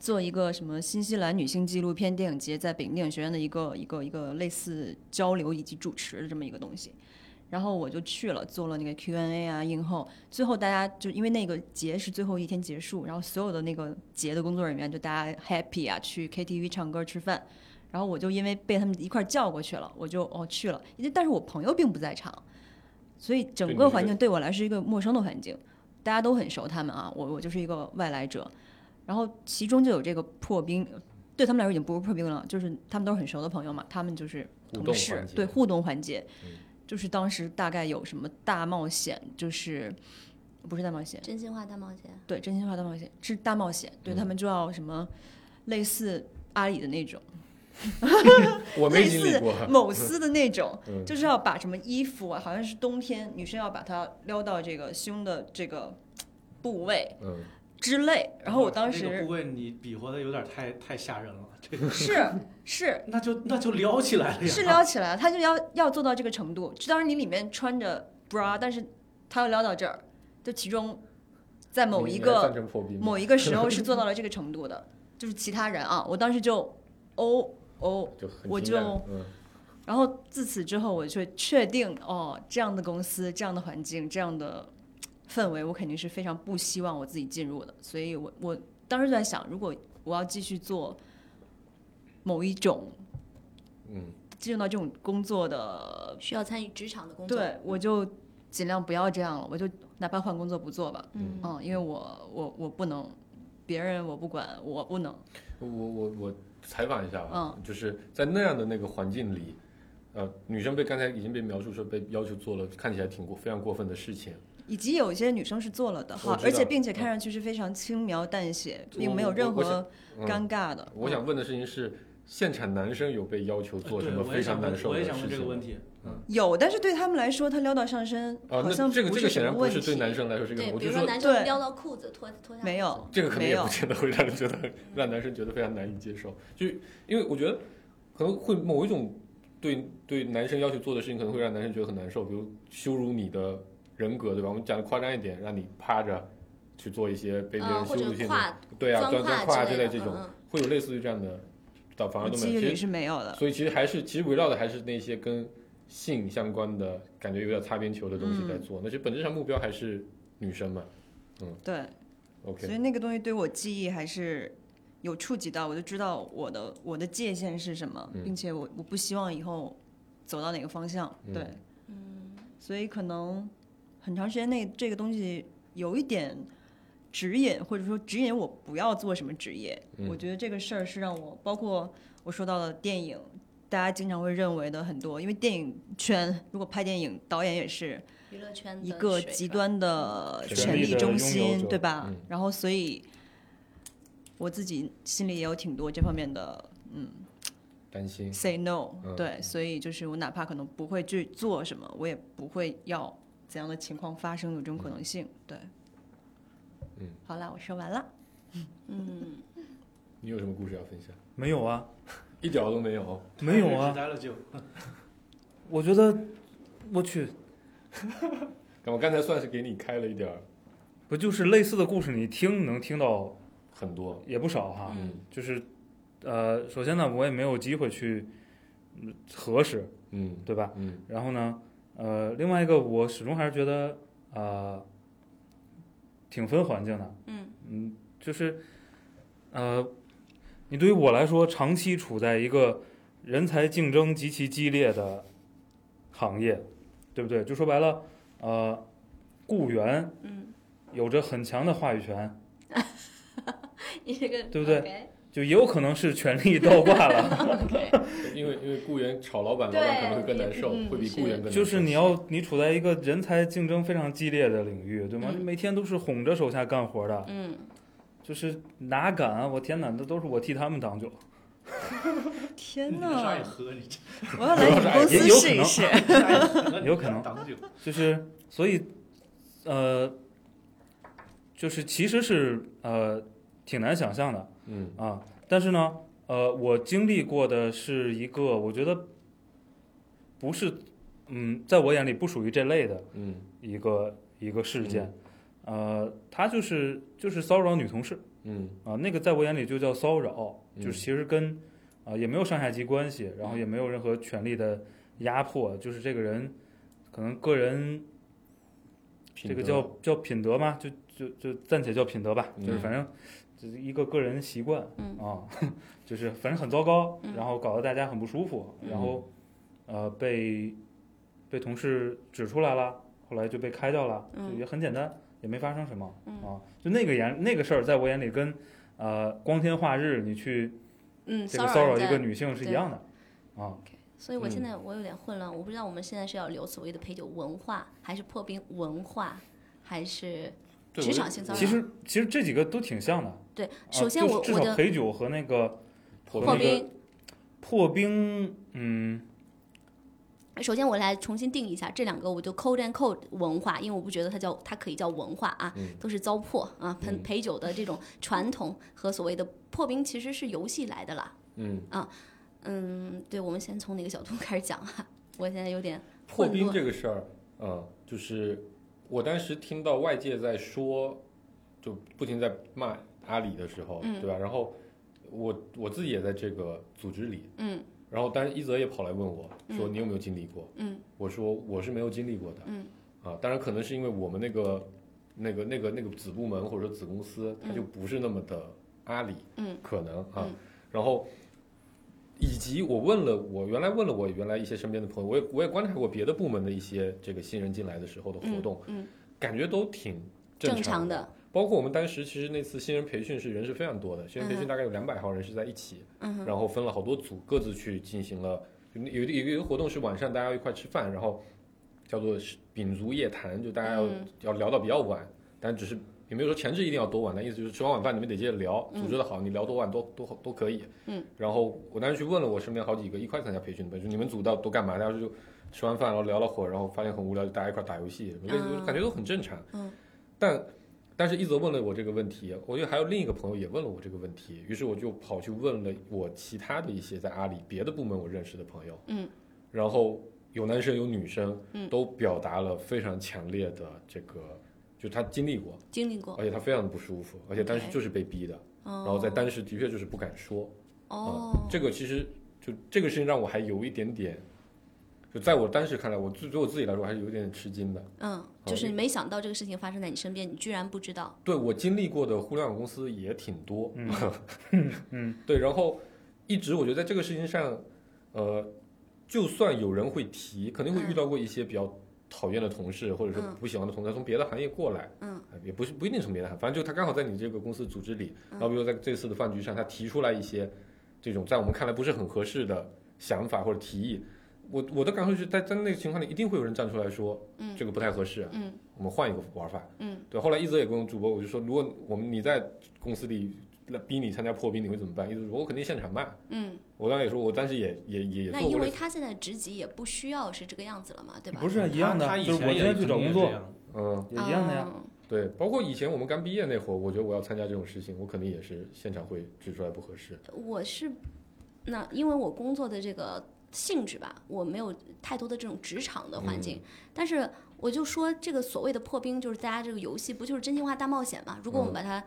做一个什么新西兰女性纪录片电影节，在北京电影学院的一个一个一个类似交流以及主持的这么一个东西，然后我就去了，做了那个 Q&A 啊，映后，最后大家就因为那个节是最后一天结束，然后所有的那个节的工作人员就大家 happy 啊，去 KTV 唱歌吃饭，然后我就因为被他们一块儿叫过去了，我就哦去了，因为但是我朋友并不在场，所以整
对
个
你是
环境对我来是一个陌生的环境，大家都很熟他们啊，我我就是一个外来者，然后其中就有这个破冰，对他们来说已经不是破冰了，就是他们都是很熟的朋友嘛，他们就是
互
同
动
事
环节
对互动环节
嗯，
就是当时大概有什么大冒险，就是不是大冒险，
真心话大冒险，
对真心话大冒险是大冒
嗯
险，对他们就要什么类似 阿里的那种，
我没
类
经历
似
过，
某司的那种，
嗯
就是要把什么衣服啊，好像是冬天女生要把它撩到这个胸的这个部位
嗯，
之类，然后我当
那个
时
部位你比划的有点太太吓人了，这
是是
那就那就撩起来了呀。
是撩起来了，他就要要做到这个程度。当然你里面穿着 bra，但是他要撩到这儿，就其中在 某一
你还
个
算成破冰吗
某一个时候是做到了这个程度的，就是其他人啊，我当时就哦哦，
就很
我
惊讶
就
嗯
然后自此之后我就确定哦，这样的公司、这样的环境、这样的氛围，我肯定是非常不希望我自己进入的。所以我我当时就在想，如果我要继续做某一种
嗯
进入到这种工作的
需要参与职场的工作。
对，我就尽量不要这样了，我就哪怕换工作不做吧，
嗯，
嗯，因为我我我不能，别人我不管，我不能，
我我我采访一下吧，
嗯
就是在那样的那个环境里，呃，女生被刚才已经被描述说被要求做了看起来挺过非常过分的事情，
以及有一些女生是做了的
我
哈，
知
而且
道
并
嗯
且看上去是非常轻描淡写，
我
并没有
我
任
我
何
嗯
尴尬的。
我想问的事情是，现场男生有被要求做什
呃对，
么
我也
非
想
常难
问，
受
我
的
也
事
想问这个
情
问
吗？
题。嗯，
有，但是对他们来说，他撩到上身
啊，
好像
那这个这个
什
显然
么
不
问
是对
题
男生来说是一个
对，
问
比
题，
如说
我就说
男生
对
撩到裤子脱脱下，
没
呃
有，
这个可能
没
也不
有，
见得会让人觉得让男生觉得非常难以接受，就是因为我觉得可能会某一种对对男生要求做的事情，可能会让男生觉得很难受，比如羞辱你的人格，对吧？我们讲的夸张一点，让你趴着去做一些被别
嗯，
人
或
羞
者
辱性的，
跨
对啊，钻
跨
跨之
类
类
的
这种，
嗯
会有类似于这样的，倒反而
我
都
记忆
没有。
里
其实，
是没有的。
所以其实还是其实围绕的还是那些跟性相关的，感觉有点擦边球的东西
嗯
在做。那其实本质上目标还是女生嘛。
对，所
OK，
以那个东西对我记忆还是有触及到，我就知道我的我的界限是什么，
嗯
并且我我不希望以后走到哪个方向。
嗯
对，
嗯
所以可能很长时间内这个东西有一点指引，或者说指引我不要做什么职业。
嗯
我觉得这个事儿是让我，包括我说到了电影，大家经常会认为的很多，因为电影圈如果拍电影，导演也是
娱乐圈的
一个
水
极
吧
端的
权
权
力
力
的
中
拥有
心，
者
对吧
嗯？
然后所以我自己心里也有挺多这方面的。嗯
担心。
，say no，、
嗯
对，所以就是我哪怕可能不会去做什么，我也不会要怎样的情况发生有这种可能性，对。
嗯，
好啦，我说完了。
嗯，
你有什么故事要分享？
没有啊，
一点都没有。
没有 啊，
摘了就
我觉得，我去，
我刚才算是给你开了一点儿
不就是类似的故事，你听能听到
很多。
也不少哈。
嗯
就是，呃，首先呢，我也没有机会去嗯核实，
嗯
对吧？
嗯
然后呢，呃，另外一个我始终还是觉得，呃，挺分环境的。
嗯
嗯，就是，呃，你对于我来说，长期处在一个人才竞争极其激烈的行业，对不对？就说白了，呃，雇员
嗯，
有着很强的话语权，
你这个
对不对
OK
就也有可能是权力倒挂 了。
因为因为雇员炒老板，老
对
板可能会更难受，
嗯
会比
是
雇员更难受。
就是你要你处在一个人才竞争非常激烈的领域，对吗？
嗯
你每天都是哄着手下干活的，
嗯，
就是哪敢啊！我天哪，那都是我替他们挡酒。
天
啥
哪
也！喝，你这
我 要来你们公司
嗯哎也有可
试一
能啊
试。
啥也喝，
有可能
挡酒。
就是所以，呃，就是其实是呃挺难想象的
嗯
啊。但是呢，呃，我经历过的是一个，我觉得不是，嗯，在我眼里不属于这类的
嗯
一个一个事件。呃，他就是就是骚扰女同事
嗯
啊，那个在我眼里就叫骚扰，
嗯
就是其实跟啊、也没有上下级关系，然后也没有任何权力的压迫，就是这个人可能个人
品
这个
德
叫叫品德吗？就就就暂且叫品德吧，
嗯
就是反正就是一个个人习惯、
嗯
啊， 就是反正很糟糕，
嗯
然后搞得大家很不舒服，然后呃被被同事指出来了，后来就被开掉了，
嗯
就也很简单，也没发生什么、
嗯
啊。就那个眼那个事儿，在我眼里跟呃光天化日你去
嗯，
这个
骚
骚
扰
扰
人
一
家
个。女性是一样的啊。
所以我现
嗯
在我有点混乱，我不知道我们现在是要留所谓的陪酒文化，还是破冰文化，还是
对
职
我
场
就
性骚扰
其实其实这几个都挺像的。
对？
啊
首先
就
我
至
我
少
的
陪酒和那个
破
和
破
那个
冰，
破冰，嗯，
首先我来重新定义一下这两个，我就 code and code 文化，因为我不觉得它叫它可以叫文化啊，
嗯
都是糟粕啊，陪
嗯
陪酒的这种传统和所谓的破冰其实是游戏来的啦。
嗯，
嗯，对，我们先从哪个小度开始讲啊？ 我现在有点
破
混
冰
乱
这个事儿，嗯，就是我当时听到外界在说，就不停在骂阿里的时候，
嗯
对吧？然后我我自己也在这个组织里，
嗯
然后当然一泽也跑来问我说
嗯
你有没有经历过？
嗯
我说我是没有经历过的，
嗯
啊，当然可能是因为我们那个那个那个那个子部门或者说子公司，它就不是那么的阿里，
嗯，
可能啊，
嗯
然后以及我问了我原来问了我原来一些身边的朋友，我也我也观察过别的部门的一些这个新人进来的时候的活动，
嗯，
感觉都挺
正
常
常。的，
包括我们当时其实那次新人培训是人是非常多的，新人培
嗯
训大概有两百号人是在一起，
嗯哼
然后分了好多组，各自去进行了有有一有一个活动是晚上大家一块吃饭，然后叫做是秉烛夜谈，就大家要、
嗯
要聊到比较晚，但只是也没有说强制一定要多晚，但意思就是吃完晚饭你们得接着聊，
嗯
组织的好，你聊多晚都都都可以。
嗯，
然后我当时去问了我身边好几个一块参加培训的，就你们组到都干嘛？大家就吃完饭然后聊了会儿，然后发现很无聊，就大家一块打游戏，类似
嗯
感觉都很正常。
嗯，
但。但是一泽问了我这个问题，我觉得还有另一个朋友也问了我这个问题，于是我就跑去问了我其他的一些在阿里别的部门我认识的朋友，
嗯，
然后有男生有女生，
嗯
都表达了非常强烈的这个就他经历过，
经历过，哦
而且他非常的不舒服，而且当时就是被逼的，然
然
后在当时的确就是不敢说。
哦，
这个其实就这个事情让我还有一点点，就在我当时看来，我自对我自己来说还是有一点点吃惊的。
嗯，
好
就是你没想到这个事情发生在你身边，你居然不知道，
对我经历过的互联网公司也挺多，
嗯嗯，
对，然后一直我觉得在这个事情上，呃，就算有人会提，肯定会遇到过一些比较讨厌的同事，或者说
嗯
不喜欢的同事，他从别的行业过来，
嗯
呃，也不是不一定从别的行业，反正就他刚好在你这个公司组织里，
嗯
然后比如在这次的饭局上，他提出来一些这种在我们看来不是很合适的想法或者提议。我我的感受是在在那个情况里，一定会有人站出来说，
嗯
这个不太合适啊，
嗯
我们换一个玩法。
嗯
对，后来一泽也跟我主播，我就说，如果我们你在公司里来逼你参加破冰，你会怎么办？一泽说，我肯定现场骂。
嗯。
我刚才也说，我当时也也也也
那
做
因
过
为
类似，
他现在职级也不需要是这个样子了嘛，对吧？
不是一样
他
的，
以
就是
前
我今
也
天去找工作
曾经是这样
嗯，
也一样的呀。
嗯
对，包括以前我们刚毕业那会儿，我觉得我要参加这种事情，我肯定也是现场会指出来不合适。
我是，那因为我工作的这个性质吧，我没有太多的这种职场的环境，但是我就说这个所谓的破冰，就是大家这个游戏不就是真心话大冒险嘛？如果我们把它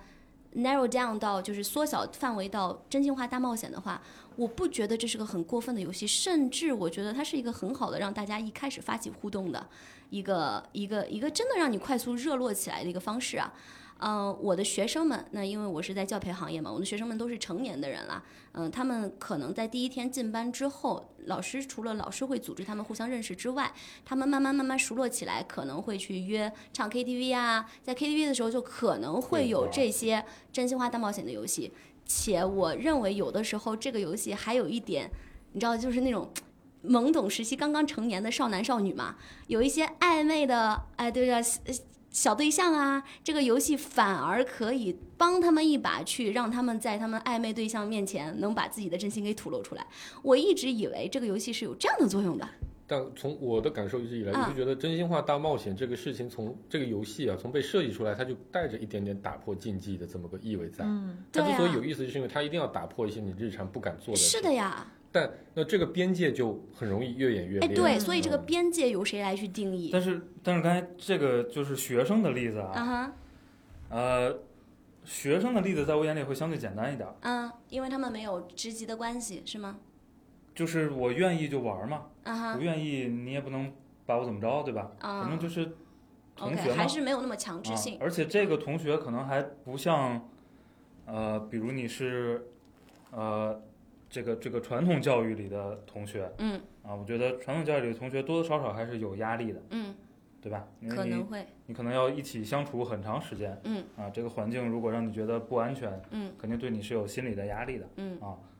narrow down 到就是缩小范围到真心话大冒险的话，我不觉得这是个很过分的游戏，甚至我觉得它是一个很好的让大家一开始发起互动的一个一个一个真的让你快速热络起来的一个方式啊。嗯、我的学生们，那因为我是在教培行业嘛，我的学生们都是成年的人啦，嗯、他们可能在第一天进班之后，老师除了老师会组织他们互相认识之外，他们慢慢慢慢熟络起来，可能会去约唱 KTV 啊，在 KTV 的时候就可能会有这些真心话大冒险的游戏，且我认为有的时候这个游戏还有一点，你知道，就是那种。懵懂时期刚刚成年的少男少女嘛，有一些暧昧的，哎，对呀、呃小对象啊，这个游戏反而可以帮他们一把去，让他们在他们暧昧对象面前能把自己的真心给吐露出来。我一直以为这个游戏是有这样的作用的，
但从我的感受一直以来，我
啊
就觉得真心话大冒险这个事情从，这个游戏啊，从被设计出来，它就带着一点点打破禁忌的这么个意味在。
嗯，
它之所
对
以
啊
有意思，就是因为它一定要打破一些你日常不敢做的事。
是的呀，
但那这个边界就很容易越演越
哎，
烈。
对，所以这个
嗯
边界由谁来去定义？
但是但是刚才这个就是学生的例子
啊
啊，
哈，
呃，学生的例子在我眼里会相对简单一点，
嗯，因为他们没有职级的关系，是吗？
就是我愿意就玩嘛，
啊
不
哈，
愿意你也不能把我怎么着，对吧？
啊
反正嗯就是同学
OK，
嘛
还，是没有那么强制
啊
性。
而且这个同学可能还不像，呃，比如你是，呃，这个这个传统教育里的同学
嗯
啊，我觉得传统教育里的同学多多少少还是有压力的，
嗯，
对吧？因为
可能
你
会，
你可能要一起相处很长时间，
嗯
啊，这个环境如果让你觉得不安全，
嗯
肯定对你是有心理的压力的。
嗯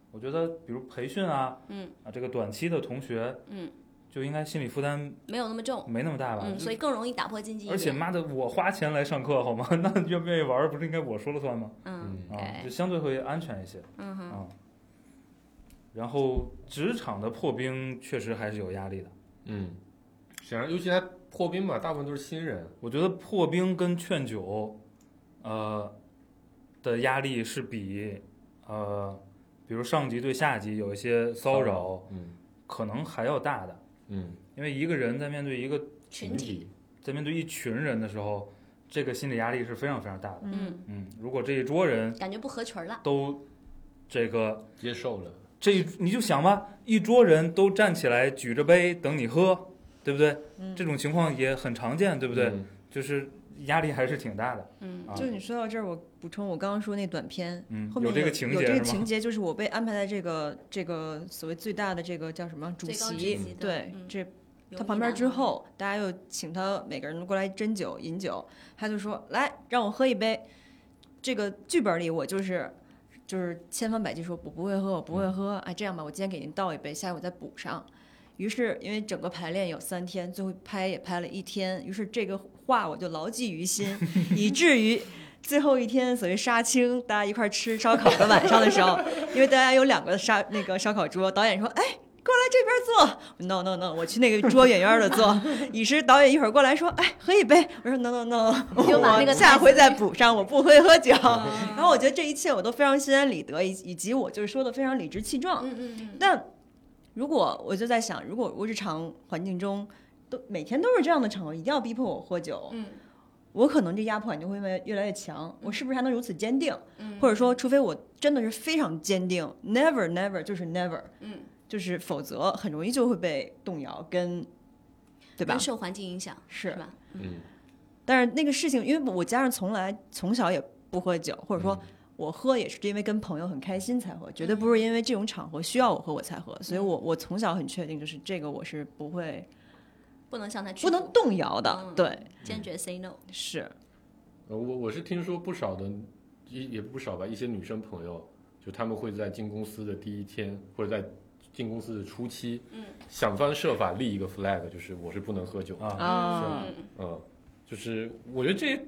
我觉得，比如培训啊，
嗯
啊，这个短期的同学
嗯，
就应该心理负担
没有那么重，
没那么大吧？
嗯，所以更容易打破禁忌一点。
啊而且妈的，我花钱来上课好吗？ 那愿不愿意玩儿不是应该我说了算吗？
嗯，
啊，
哎
就，相对会安全一些
嗯哼。
啊。然后职场的破冰确实还是有压力的。
嗯，显然，尤其他破冰嘛，大部分都是新人。
我觉得破冰跟劝酒，呃，的压力是比呃，比如上级对下级有一些骚扰，
嗯
可能还要大的。
嗯，
因为一个人在面对一个
群体，
在面对一群人的时候，这个心理压力是非常非常大的。
嗯，
嗯，如果这一桌人
感觉不合群儿了。
都这个
接受了，
这一你就想吧，一桌人都站起来举着杯等你喝，对不对？这种情况也很常见，对
对
不对？？就是压力还是挺大的。
嗯
啊，
就是你说到这儿，我补充我刚刚说那短片，
嗯，
后面
有这个情
有
节
这个
是
情
吗？
节就是我被安排在这个这个所谓最大的这个叫什么主
最高职
席，
级的
对，
嗯
这
有
他
一
旁边
男
之
的嗯
后，大家又请他每个人过来斟酒饮酒，他就说来让我喝一杯。这个剧本里我就是就是千方百计说我不会喝，我不会喝，哎这样吧，我今天给您倒一杯，下午再补上。于是因为整个排练有三天，最后拍也拍了一天，于是这个话我就牢记于心， 以至于。最后一天，所谓杀青，大家一块儿吃烧烤的晚上的时 候，因为大家有两个烧那个烧烤桌，导演说：“哎，过来这边坐。”no no no，我去那个桌远远的坐，以示导演一会儿过来说，哎，喝一杯。我说 no no no，
又把那
我
个
下
台词
回再 补上，我不会喝酒。
嗯
然后我觉得这一切我都非常心安理得，以以及我就是说的非常理直气壮。
嗯嗯
但如果我就在想，如果我日常环境中都每天都是这样的场合，一定要逼迫我喝酒，
嗯
我可能这压迫感就会越来越来越强。我是不是还能如此坚定？
嗯
或者说，除非我真的是非常坚定，never never 就是 never，
嗯，
就是否则很容易就会被动摇跟，对吧
跟？受环境影响
是
吧？
嗯，
但是那个事情，因为我家人从来从小也不喝酒，或者说我喝也是因为跟朋友很开心才喝，绝
嗯
对不是因为这种场合需要我喝我才喝。所以我我从小很确定，就是这个我是不会
不能向它屈
不
服，
能动摇的
嗯。
对，
坚决 say no。
是
呃我我是听说不少的，也也不少吧，一些女生朋友，就她们会在进公司的第一天，或者在进公司的初期，
嗯，
想方设法立一个 flag，就是我是不能喝酒的。
啊，
啊，
嗯
嗯，就是我觉得这，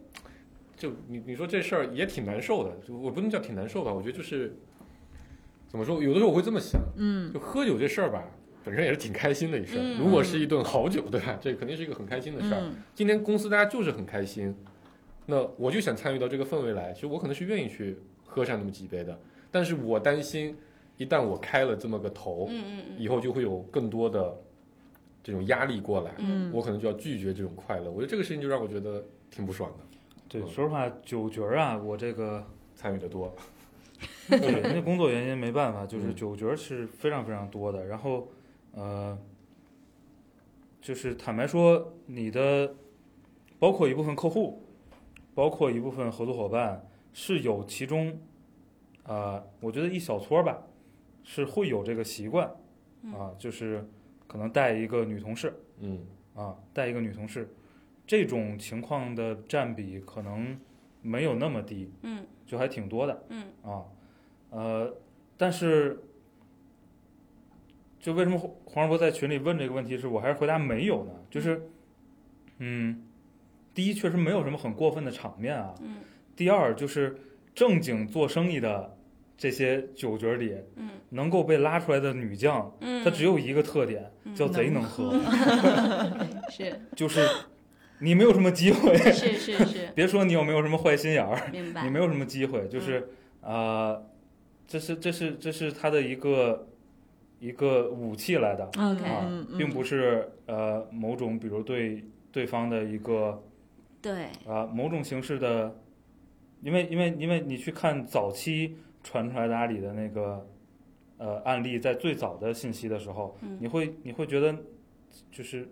就你你说这事儿也挺难受的，就我不能叫挺难受吧，我觉得就是怎么说，有的时候我会这么想，
嗯，
就喝酒这事儿吧，本身也是挺开心的一事儿，
嗯
如果是一顿好酒，对吧？这肯定是一个啊很开心的事儿。
嗯
今天公司大家就是很开心，那我就想参与到这个氛围来，其实我可能是愿意去喝上那么几杯的，但是我担心一旦我开了这么个头，
嗯嗯
以后就会有更多的这种压力过来。
嗯
我可能就要拒绝这种快乐。我觉得这个事情就让我觉得挺不爽的，
对，说实话，酒局儿啊，我这个
参与的多，
对，因为工作原因没办法，就是
嗯
酒局儿是非常非常多的。然后，呃，就是坦白说，你的包括一部分客户，包括一部分合作伙伴，是有其中，呃，我觉得一小撮儿吧，是会有这个习惯
嗯
啊、就是可能带一个女同事
嗯
啊，带一个女同事，这种情况的占比可能没有那么低。
嗯
就还挺多的，
嗯
啊，呃，但是就为什么黄黄世博在群里问这个问题，是我还是回答没有呢？就是，嗯，第一确实没有什么很过分的场面啊，
嗯
第二就是正经做生意的这些酒局儿里
嗯
能够被拉出来的女将，
嗯，
她只有一个特点，
嗯
叫贼能喝，
是
就是你没有什么机会，
是是是，
别说你有没有什么坏心眼儿。
明
你
白。
没有什么机会，就是、
嗯
呃，这是这是这是他的一个一个武器来的，啊
嗯嗯
并不是呃某种比如对对方的一个
对，
啊、某种形式的，因为因为因为你去看早期传出来的阿里的那个呃案例，在最早的信息的时候，
嗯
你会你会觉得就是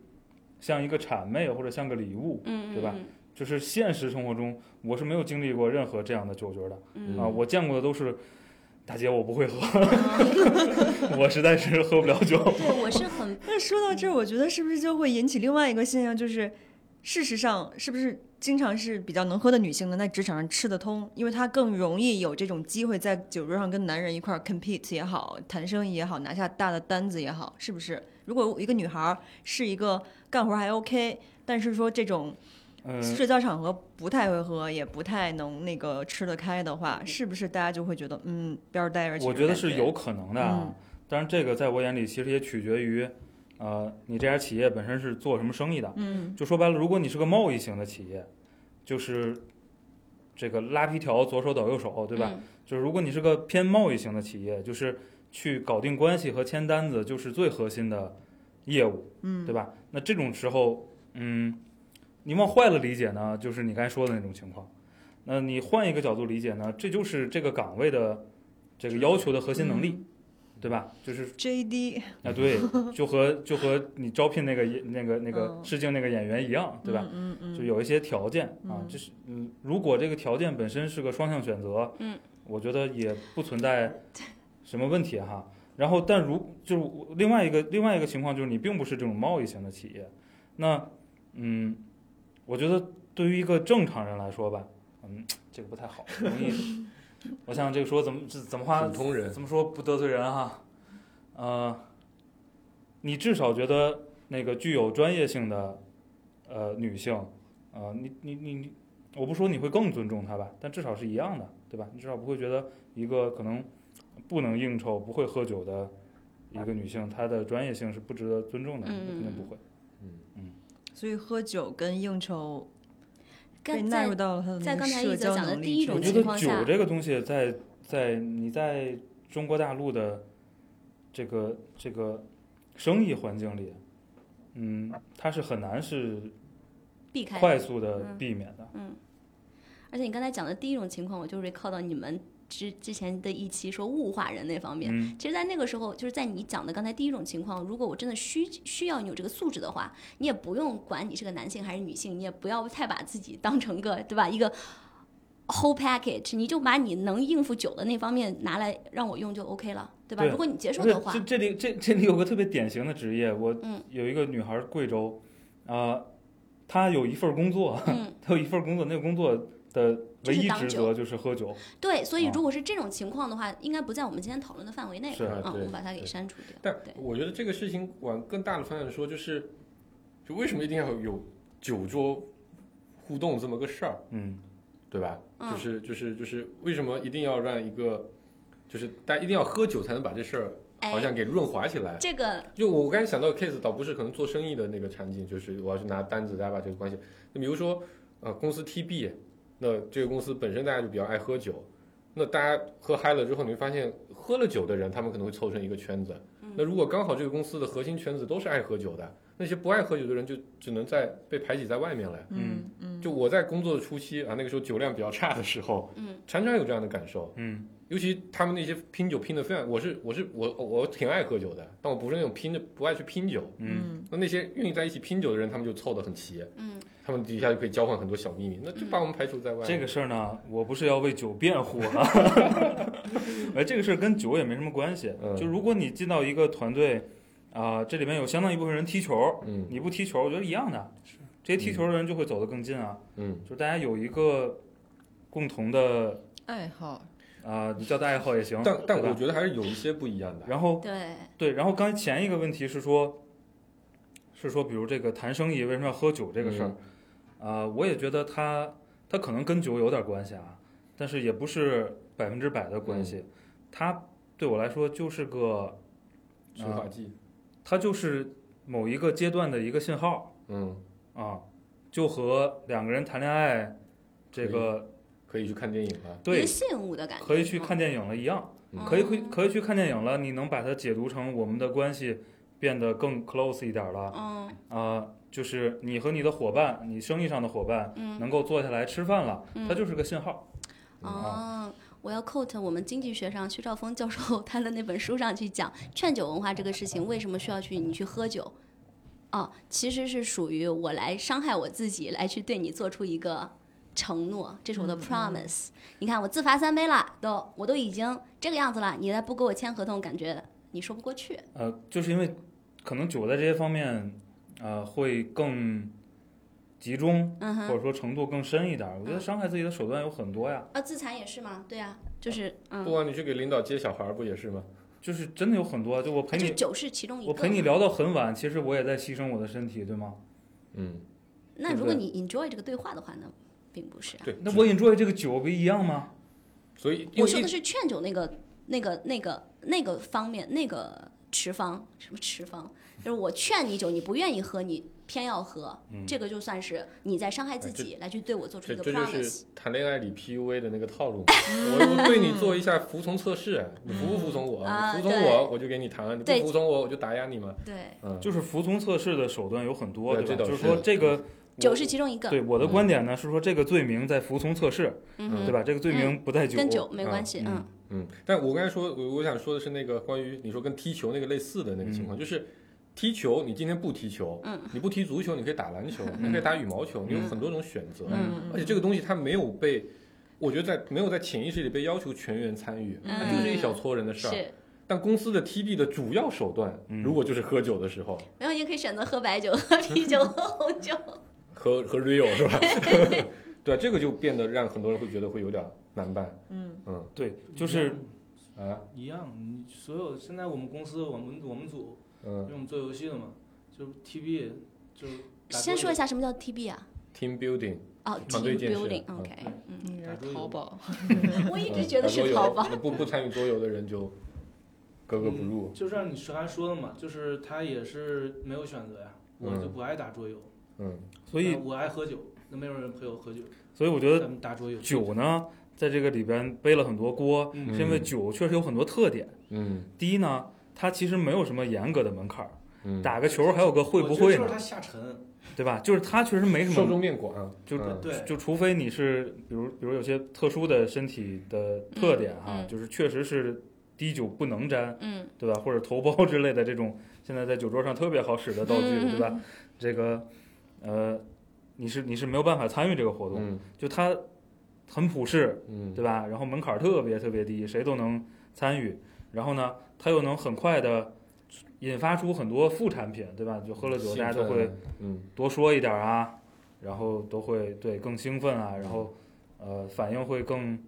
像一个谄媚或者像个礼物，
嗯，
对吧
嗯？
就是现实生活中我是没有经历过任何这样的酒局的。
嗯
啊，
嗯
我见过的都是，大姐我不会喝， 我实在是喝不了酒。
对，我是很
那说到
嗯
这儿，我觉得是不是就会引起另外一个现象，就是事实上是不是经常是比较能喝的女性能在职场上吃得通，因为她更容易有这种机会在酒桌上跟男人一块儿 compete 也好，谈生意也好，拿下大的单子也好，是不是？如果一个女孩儿是一个干活还 OK，但是说这种
嗯，
社交场合不太会喝，也不太能那个吃得开的话，是不是大家就会觉得嗯边儿待着？
我觉得是有，可能的啊
嗯。
当然，这个在我眼里其实也取决于，呃，你这家企业本身是做什么生意的。
嗯
就说白了，如果你是个贸易型的企业，就是这个拉皮条左手倒右手，对吧？？
嗯
就是如果你是个偏贸易型的企业，就是去搞定关系和签单子，就是最核心的业务。
嗯
对吧？那这种时候，嗯，你往坏了理解呢，就是你刚才说的那种情况。那你换一个角度理解呢，这就是这个岗位的这个要求的核心能力，对吧？就是
，JD
啊，对，就和就和你招聘那个演那个那个
嗯
试镜那个演员一样，对吧？？
嗯嗯，
就有一些条件啊，
嗯
就是嗯，如果这个条件本身是个双向选择，
嗯，
我觉得也不存在什么问题哈。然后，但如就是我另外一个另外一个情况就是你并不是这种贸易型的企业，那嗯，我觉得对于一个正常人来说吧，嗯，这个不太好，容易，我想想这个说怎么这怎么话
普通人
怎么说不得罪人啊哈，呃，你至少觉得那个具有专业性的呃女性，呃，你你你你，我不说你会更尊重她吧，但至少是一样的，对吧？你至少不会觉得一个可能不能应酬、不会喝酒的一个女性，她的专业性是不值得尊重的，那肯定不会。
嗯，
所以喝酒跟应酬被
跟
纳
在
入到了他的
在
那个
刚才
社
一泽
交
讲的
能
第
力
一
之
种
我
中
觉
情
得
况
酒
下
这个东西在，在你在中国大陆的这个这个生意环境里，嗯，它是很难是
避开
快速的
嗯
避免的。
而且你刚才讲的第一种情况，我就是 recall 到你们之之前的一期说物化人那方面。
嗯
其实，在那个时候，就是在你讲的刚才第一种情况，如果我真的需需要你有这个素质的话，你也不用管你是个男性还是女性，你也不要太把自己当成个对吧一个 whole package，你就把你能应付久的那方面拿来让我用就 OK 了，对吧？
对
如果你接受
不是
的话
这，这里这这里有个特别典型的职业，我
嗯
有一个女孩儿，贵州，啊，她有一份工作，
嗯，
她有一份工作，那个工作的
就是
唯一
当
职
酒
责就是喝酒，
对，所以
哦
如果是这种情况的话，应该不在我们今天讨论的范围内
是嗯
了啊，
对
我把它给
对
删除掉。
但
对，
我觉得这个事情往更大的方向说，就是就为什么一定要有酒桌互动这么个事儿，
嗯，
对吧？
嗯
就是就是就是为什么一定要让一个就是大家一定要喝酒才能把这事儿好
哎，
像给润滑起来？
这个
就我刚才想到的 case，倒不是可能做生意的那个场景，就是我要去拿单子，大家把这个关系。那比如说，呃，公司 TB，那这个公司本身大家就比较爱喝酒，那大家喝嗨了之后，你会发现喝了酒的人，他们可能会凑成一个圈子。那如果刚好这个公司的核心圈子都是爱喝酒的，那些不爱喝酒的人就只能在被排挤在外面了。
嗯嗯，
就我在工作的初期啊，那个时候酒量比较差的时候，
嗯，
常常有这样的感受，
嗯，
尤其他们那些拼酒拼的非常，我是我是我我挺爱喝酒的，但我不是那种拼的不爱去拼酒，
嗯
那那些愿意在一起拼酒的人，他们就凑得很齐，
嗯，
他们底下就可以交换很多小秘密，那就把我们排除在外。
这个事儿呢，我不是要为酒辩护 啊，哎，这个事儿跟酒也没什么关系。
嗯
就如果你进到一个团队，啊、这里面有相当一部分人踢球，
嗯
你不踢球，我觉得一样的，这些踢球的人就会走得更近啊。
嗯，
就是大家有一个共同的
爱好，
啊、你叫他爱好也行，
但但
对吧
我觉得还是有一些不一样的。
然后
对，
对，然后刚才前一个问题是说，是说比如这个谈生意为什么要喝酒这个
嗯
事儿，啊、我也觉得它它可能跟酒有点关系啊，但是也不是百分之百的关
嗯
系，它对我来说就是个，
催
啊
化剂，
它就是某一个阶段的一个信号
嗯，
啊，就和两个人谈恋爱，这个
可以去看电影啊了。
一
对
个信物的感觉，
可以去看电影了一样，
嗯
可以
哦
可以可以去看电影了，你能把它解读成我们的关系变得更 close 一点儿了。
嗯
啊，就是你和你的伙伴，你生意上的伙伴，
嗯
能够坐下来吃饭了，
嗯
它就是个信号。嗯
哦，我要 quote 我们经济学上薛兆丰教授 他的那本书上去讲劝酒文化这个事情，为什么需要去你去喝酒？哦，其实是属于我来伤害我自己，来去对你做出一个承诺，这是我
嗯
的 promise。你看，我自罚三杯了，都我都已经这个样子了，你再不给我签合同，感觉你说不过去。
呃，就是因为可能酒在这些方面，呃，会更集中，
嗯
或者
哼，
说程度更深一点儿。我觉得
嗯
伤害自己的手段有很多呀，
啊，自残也是嘛，对啊，就是
不
嗯，
管你去给领导接小孩，不也是吗？
就是真的有很多。就我陪
就
你，
酒是其中一个。
我陪你聊到很晚，其实我也在牺牲我的身体，对吗？
嗯，
那如果你 enjoy 这个对话的话呢，并不是、啊。
对。
那我 enjoy 这个酒不一样吗？
所以因
我
为
说
一
的是劝酒那个、那个、那个、那个方面，那个持方什么持方，就是我劝你酒，你不愿意喝，你偏要喝，这个就算是你在伤害自己，来去对我做出
嗯哎这
一个
这就
promise
是。谈恋爱里 PUA 的那个套路嘛。我我对你做一下服从测试，你服不服从我？
啊
你服从我，我就给你糖；你
对
不服从我，我就打压你嘛。
对，
嗯，
就是服从测试的手段有很多，
对
对吧？
这倒嗯
就是
是
说这个
酒是其中一个，
对我的观点呢是说，这个罪名在服从测试，
嗯哼，
对吧？这个罪名不在酒，
跟酒没
啊
关系，
嗯
嗯
嗯，但我刚才说，我我想说的是那个关于你说跟踢球那个类似的那个情
嗯
况，就是踢球，你今天不踢球，
嗯，
你不踢足球，你可以打篮球，你可以打羽毛球，你有很多种选择，
嗯
而且这个东西它没有被，我觉得在没有在潜意识里被要求全员参与，
嗯
它就是一啊小撮人的事儿。
是，
但公司的 TB 的主要手段，
嗯
如果就是喝酒的时候，
然后也可以选择喝白酒、 喝啤酒、喝红酒，
和和 Rio 是吧？对啊，这个就变得让很多人会觉得会有点难办，
嗯
嗯
对，就是
啊
一样，你所有现在我们公司我们我们组，因
嗯
为我们做游戏的嘛，就是 TB 就是打桌游
先说一下什么叫 TB 啊？
，team building。
哦
团队
，team
建设
building，OK，嗯，
应该是 淘宝，
我一直觉得是
嗯
淘宝，
打桌游不不参与桌游的人就格格不入。
就像你刚才说的嘛，就是他也是没有选择呀，我就不爱打桌游，
嗯，
所以
那我爱喝酒，那没有人陪我喝酒，
所以我觉
咱
得
们打桌游。
酒呢，在这个里边背了很多锅，
嗯
是因为酒确实有很多特点。
嗯
第一呢，它其实没有什么严格的门槛儿，
嗯，
打个球还有个会不
我
会
觉得就是
呢
他，下沉，
对吧？就是他确实没什
受
么，
众面广啊，
就
嗯
对，
就除非你是比如比如有些特殊的身体的特点哈、
嗯嗯
就是确实是滴酒不能沾，
嗯，
对吧？或者头孢之类的这种现在在酒桌上特别好使的道具，
嗯嗯嗯
对吧？这个呃，你是你是没有办法参与这个活动，
嗯
就它很普世，
嗯，
对吧？然后门槛儿特别特别低，谁都能参与。然后呢，它又能很快的引发出很多副产品，对吧？就喝了酒，
兴
大家都
奋啊
会，
嗯
多说一点儿啊，然后都会对更兴奋啊，然后呃反应会更，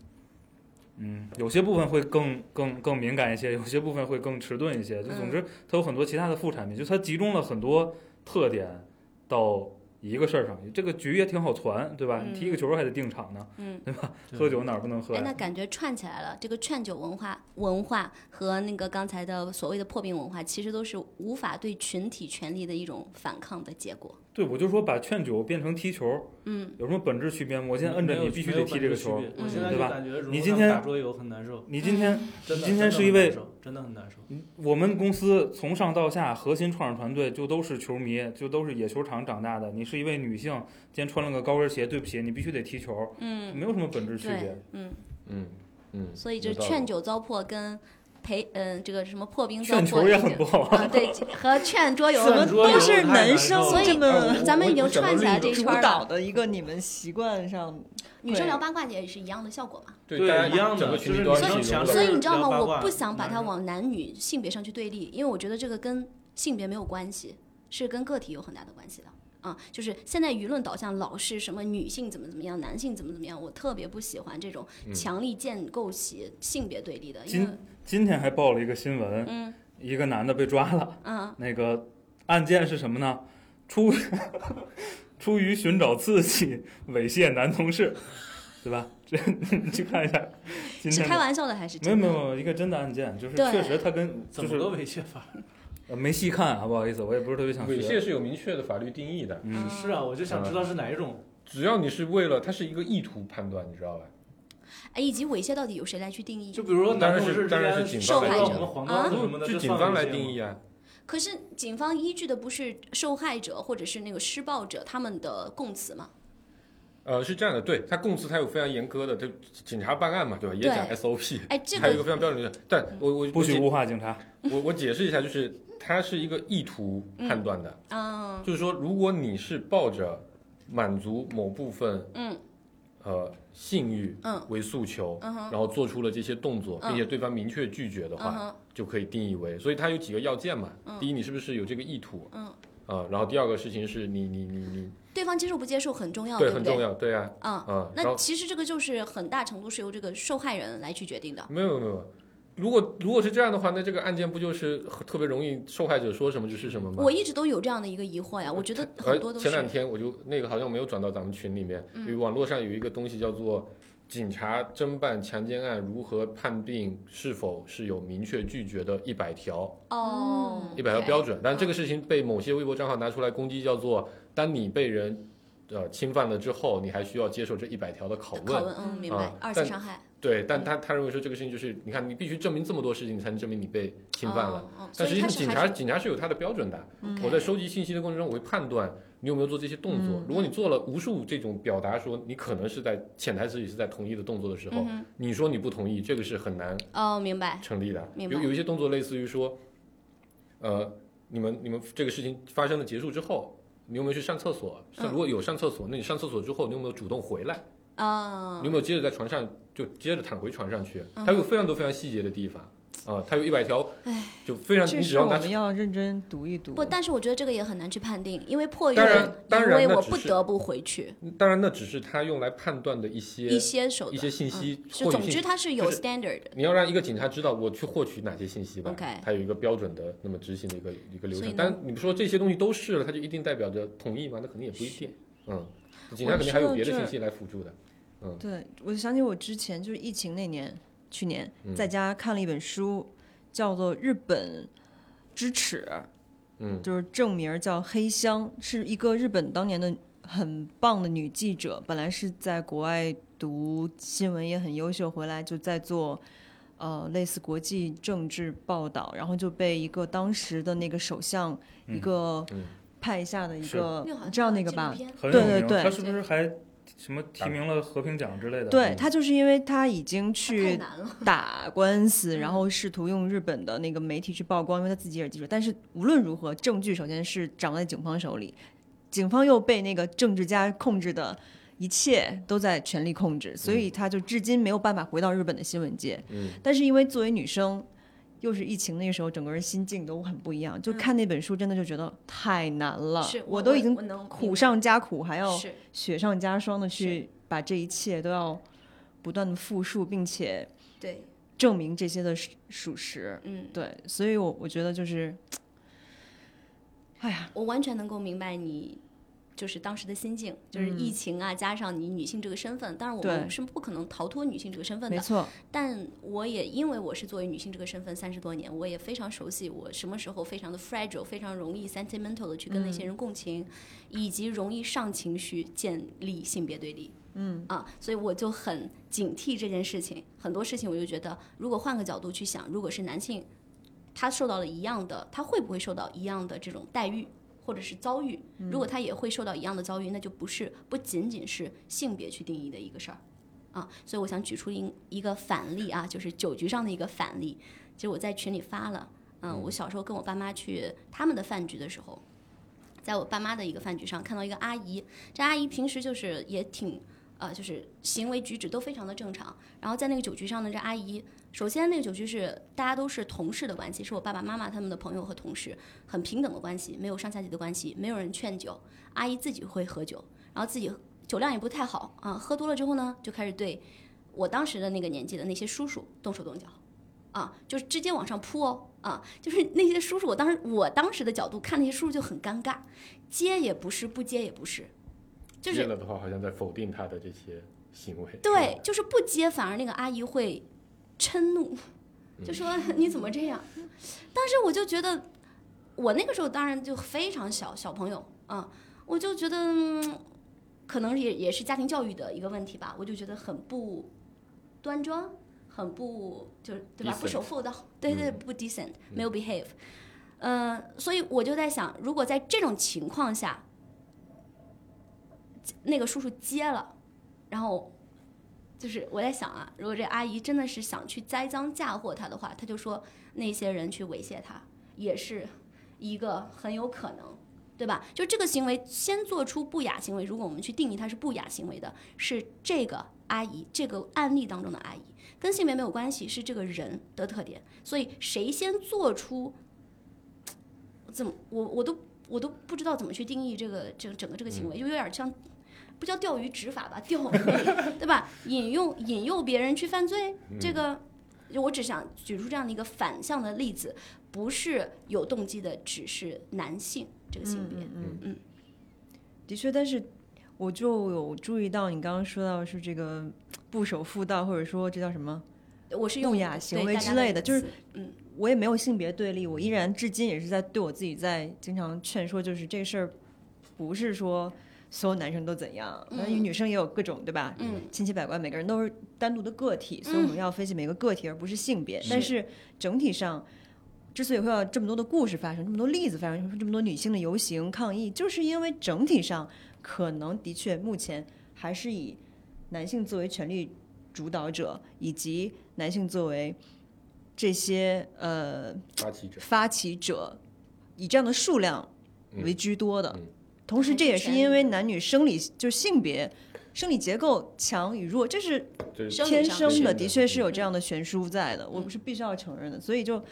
嗯，有些部分会更更更敏感一些，有些部分会更迟钝一些。就
嗯
总之，它有很多其他的副产品，就它集中了很多特点到一个事儿上。这个局也挺好传，对吧？你踢个球还得定场呢，
嗯
对吧？喝酒哪儿不能喝
哎
呀，？
那感觉串起来了，这个劝酒文化文化和那个刚才的所谓的破冰文化，其实都是无法对群体权利的一种反抗的结果。
对，我就说把劝酒变成踢球，
嗯，
有什么本质区别吗？我现在摁着
没
你，
有
必须得踢这个球嗯
没。有本质区别嗯我现在
对
就
吧
感觉，如
你
果
今
他
天
打桌游很难受，
你今天，
真的。
今
真
天
的
是一
很
位
难受真的很难受。
我们公司从上到下核心创始团队就都是球迷，就都是野球场长大的。你是一位女性，今天穿了个高跟鞋，对不起，你必须得踢球，
嗯，
没有什么本质区别
对。，嗯，
嗯嗯，
所以就
有道理
劝酒糟粕跟陪嗯、这个什么破冰糟粕
劝球也很不
已
好
经啊，对，和劝桌 游
劝
和
桌游
都是男生
太难受了
这么
咱们已经串起来这一
主
圈儿
导
了，
的一个你们习惯上，
女生聊八卦也是一样的效果嘛。
对
对
大家
一样的
整个群体都
就
要
是
一
你
起
想
融
想
所
入
以你知道吗？
聊八卦
我不想把它
嗯
男人
往男女性别上去对立，因为我觉得这个跟性别没有关系，是跟个体有很大的关系的。啊、就是现在舆论导向老是什么女性怎么怎么样，男性怎么怎么样，我特别不喜欢这种
嗯
强力建构起性别对立的，因
今呃
为
今天还报了一个新闻，
嗯
一个男的被抓了，
嗯，
那个案件是什么呢？出 出于寻找刺激，猥亵男同事，对吧？ 这你去看一下，今
是
天
开
的
玩笑的还是
没有
真
没
的？
有没有一个真的案件，就是
对
确实他跟就
怎么
是
个猥亵法？
呃没细看啊，不好意思，我也不是特别想
猥亵
学。
是有明确的法律定义的，
嗯，
是啊，我就想知道是哪一种。
只要你是为了它是一个意图判断，你知道吧？
哎，以及猥亵到底由谁来去定义？
就比如说
当
男
然
同
是
事之
当嗯然是
间
警
受
方
害
来
说
者
我们黄
啊
冈什么
嗯
的，
就
这
警
算
方
猥
来
亵
定
吗。
义啊。
可是警方依据的不是受害者或者是那个施暴者他们的供词吗？
呃，是这样的，对他供词，他有非常严格的，这警察办案嘛，对吧？也讲
对
SOP，
哎，这
还有一
个
个非常标准的。但我我
不
我
许
解
物化警察。
我我解释一下，就是它是一个意图判断的，
嗯
就是说，如果你是抱着满足某部分
嗯
呃性欲
嗯
为诉求，
嗯哼
然后做出了这些动作，
嗯
并且对方明确拒绝的
嗯
话，
哼
就可以定义为。所以它有几个要件嘛，第一，你是不是有这个意图？
嗯。
啊，然后第二个事情是你你你你，
对方接受不接受很重要，
对，
不
很
对？
重要，对啊，
啊、
啊，然
那
后
其实这个就是很大程度是由这个受害人来去决定的。
没有没有，没有如果如果是这样的话，那这个案件不就是特别容易受害者说什么就是什么吗？
我一直都有这样的一个疑惑呀，我觉得
而
很多都
呃前两
是，嗯
天我就那个好像没有转到咱们群里面，因为网络上有一个东西叫做“警察侦办强奸案如何判定是否是有明确拒绝的一百条
哦，
嗯
一百条标
准，
准”，但这个事情被某些微博账号拿出来攻击，叫做“当你被人呃侵犯了之后，你还需要接受这一百条的拷
拷
问
问，嗯，明
啊
白，二次
但
伤害”。
对，但他他认为说这个事情就是，你看你必须证明这么多事情，你才能证明你被侵犯了。
哦，哦所
但实
以
际
他
上，
是
警
还
察
是嗯
警察是有他的标准的。
OK
我在收集信息的过程中，我会判断你有没有做这些动
嗯
作。如果你做了无数这种表达，说你可能是在潜台词里是在同意的动作的时候，
嗯
你说你不同意，这个是很难
哼哦，明白，
成立的。
明白
有有一些动作类似于说，呃，你们你们这个事情发生了结束之后，你有没有去上厕所？
嗯
如果有上厕所，那你上厕所之后，你有没有主动回来？
啊
你有没有接着在床上就接着躺回床上去？
嗯
它有非常多非常细节的地方啊，它有一百条，就非常
这
你只
是
要
我
拿
们要认真读一读。
不，但是我觉得这个也很难去判定，因为迫于
当然
我
当
因
然
为
那
我
只
不
是
得不回去
当然，那只是他用来判断的一些
一些手
一
段嗯
些，信息
是
获
总
取
之
信息。
它是有
就是
standard 的，
你要让一个警察知道我去获取哪些信息吧
OK
它有一个标准的那么执行的一个一个流
所以
程
呢。
但你说这些东西都是了，它就一定代表着同意吗？那肯定也不一定。嗯，警察肯定还有别的信息来辅助的。
对，我就想起我之前就是疫情那年，去年
嗯
在家看了一本书，叫做《日本之耻》，
嗯
就是正名儿叫黑香，是一个日本当年的很棒的女记者，本来是在国外读新闻也很优秀，回来就在做呃类似国际政治报道，然后就被一个当时的那个首相、
嗯
一个
嗯
派下的一个，
那好
你
像
知道那个吧
纪？录片
很有
对
名。
对对
他是不是还什么提名了和平奖之类的？
对他就是因为他已经
太
去
难了，
打官司，然后试图用日本的那个媒体去曝光，因为他自己也是记者。但是无论如何，证据首先是掌握在警方手里，警方又被那个政治家控制的一切都在全力控制，所以他就至今没有办法回到日本的新闻界。
嗯
但是因为作为女生，又是疫情那个时候，整个人心境都很不一样。就
嗯
看那本书，真的就觉得太难了，
是
我都已经
我能
苦上加苦，还要
是
雪上加霜的去把这一切都要不断的复述，并且
对，
证明这些的属属实。
嗯，
对，所以我我觉得就是，哎呀，
我完全能够明白你就是当时的心境，就是疫情啊，加上你女性这个身份，当然我
嗯对
们是不可能逃脱女性这个身份
没
的。
错，
但我也因为我是作为女性这个身份三十多年，我也非常熟悉我什么时候非常的 fragile，非常容易 sentimental 的去跟那些人共情，以及容易上情绪建立性别对立。嗯啊，所以我就很警惕这件事情。很多事情我就觉得，如果换个角度去想，如果是男性，他受到了一样的，他会不会受到一样的这种待遇？或者是遭遇，如果他也会受到一样的遭遇，那就不是不仅仅是性别去定义的一个事儿，啊，所以我想举出一一个反例啊，就是酒局上的一个反例，其实我在群里发了。嗯，我小时候跟我爸妈去他们的饭局的时候，在我爸妈的一个饭局上看到一个阿姨，这阿姨平时就是也挺呃，就是行为举止都非常的正常。然后在那个酒局上呢，这阿姨首先那个酒局是大家都是同事的关系，是我爸爸妈妈他们的朋友和同事，很平等的关系，没有上下级的关系，没有人劝酒，阿姨自己会喝酒，然后自己酒量也不太好啊，喝多了之后呢，就开始对我当时的那个年纪的那些叔叔动手动脚，啊，就是直接往上扑哦，啊，就是那些叔叔，我当时我当时的角度看那些叔叔就很尴尬，接也不是，不接也不是，就
接
是
了的话，好像在否定他的这些行为。嗯
对，，就是不接，反而那个阿姨会嗔怒， 就说你怎么这样？当时我就觉得，我那个时候当然就非常小小朋友啊，我就觉得、嗯可能也也是家庭教育的一个问题吧，我就觉得很不端庄，很不就是对吧？不
Decent
守妇道，对对，不 decent，没有 behave。呃，所以我就在想，如果在这种情况下，那个叔叔接了，然后就是我在想啊，如果这阿姨真的是想去栽赃嫁祸他的话，他就说那些人去猥亵他，也是一个很有可能，对吧？就这个行为先做出不雅行为，如果我们去定义它是不雅行为的，是这个阿姨这个案例当中的阿姨，跟性别没有关系，是这个人的特点。所以谁先做出，怎么我我都我都不知道怎么去定义这个这整个这个行为，
嗯
就有点像。不叫钓鱼执法吧，钓鱼， 对吧？引诱引诱别人去犯罪，
嗯
这个就我只想举出这样的一个反向的例子，不是有动机的，只是男性这个性
嗯
别。
的确，但是我就有注意到你刚刚说到是这个不守妇道，或者说这叫什么？
我是用
不嗯雅行为之类的就是
嗯，
我也没有性别对立，我依然至今也是在对我自己在经常劝说，就是这事儿不是说所有男生都怎样，
嗯
反正女生也有各种对吧？
嗯，
千奇百怪，每个人都是单独的个体，所以我们要分析每个个体，而不是性别。但是整体上，之所以会有这么多的故事发生，这么多例子发生，这么多女性的游行抗议，就是因为整体上可能的确目前还是以男性作为权力主导者，以及男性作为这些呃
发起者，
发起者以这样的数量为居多的。
嗯嗯
同时，这也是
还是
因为男女生理就性别生理结构强与弱，这是
这
生理
天
上
生的，
是嗯
的确是有这样的悬殊在的，我们是必须要承认的。所以就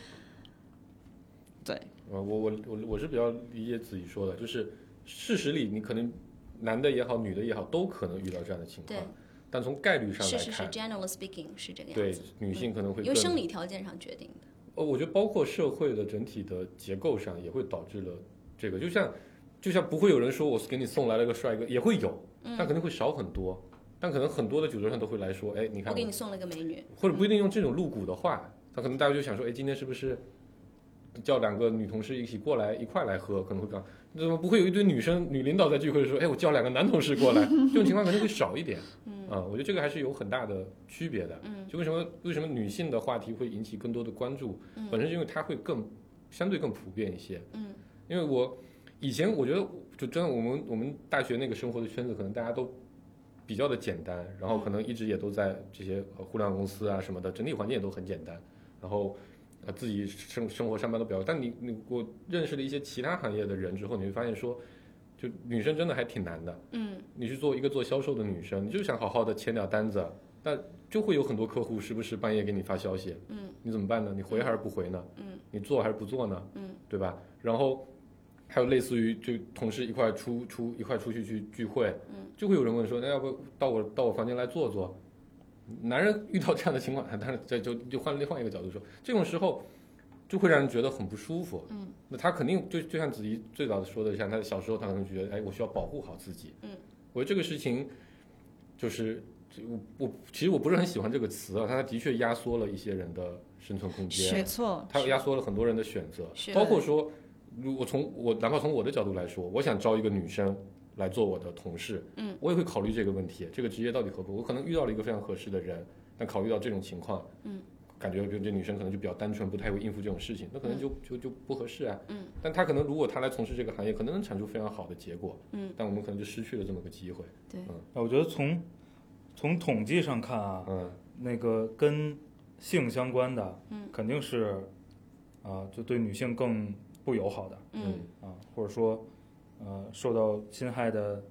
对，
呃我我我我我是比较理解子怡说的，就是事实里你可能男的也好，女的也好，都可能遇到这样的情
对
况，但从概率上来
是是
看，
是，general speaking 是这个样
对
子，嗯
女性可能会
因为
更
生理条件上决定的。
呃，我觉得包括社会的整体的结构上也会导致了这个，就像就像不会有人说我给你送来了个帅哥，也会有，
嗯
但可能会少很多。但可能很多的酒桌上都会来说，哎，你看
我给
我
你送了个美女，嗯
或者不一定用这种露骨的话，他可能大家就想说，哎，今天是不是叫两个女同事一起过来一块来喝，可能会更好你怎么不会有一堆女生女领导在聚会的时候，哎，我叫两个男同事 过来，这种情况可能会少一点。
嗯
啊，我觉得这个还是有很大的区别的。
嗯
就为什么为什么女性的话题会引起更多的关注，
嗯
本身是因为它会更相对更普遍一些。
嗯
因为我以前我觉得就真的我们我们大学那个生活的圈子，可能大家都比较的简单，然后可
嗯
能一直也都在这些呃互联网公司啊什么的，整体环境也都很简单，然后呃自己生生活上班都比较。但你你我认识了一些其他行业的人之后，你会发现说，就女生真的还挺难的。
嗯
你去做一个做销售的女生，你就想好好的签点单子，那就会有很多客户时不时半夜给你发消息，
嗯，
你怎么办呢？你回还是不回呢？
嗯
你做还是不做呢？
嗯，
对吧？然后还有类似于就同事一块出出一块出去去聚会，
嗯，
就会有人问说，那要不到我到我房间来坐坐？男人遇到这样的情况，但是这就就换另外一个角度说，这种时候就会让人觉得很不舒服。
嗯，
那他肯定就就像子怡最早说的，像他小时候，他可能觉得，哎，我需要保护好自己。
嗯，
我觉得这个事情就是这我我其实我不是很喜欢这个词啊，它的确压缩了一些人的生存空间。
没错，
它压缩了很多人的选择
是，
包括说，如果从我哪怕从我的角度来说，我想招一个女生来做我的同事，
嗯，
我也会考虑这个问题，这个职业到底合不合？我可能遇到了一个非常合适的人，但考虑到这种情况，
嗯，
感觉比如这女生可能就比较单纯，不太会应付这种事情，那可能
嗯
就、就就不合适啊，
嗯，
但她可能如果她来从事这个行业，可能能产出非常好的结果，
嗯，
但我们可能就失去了这么个机会，
啊我觉得从从统计上看啊，
嗯
那个跟性相关的，
嗯
肯定是啊、就对女性更不友好的
嗯
啊、或者说呃受到侵害的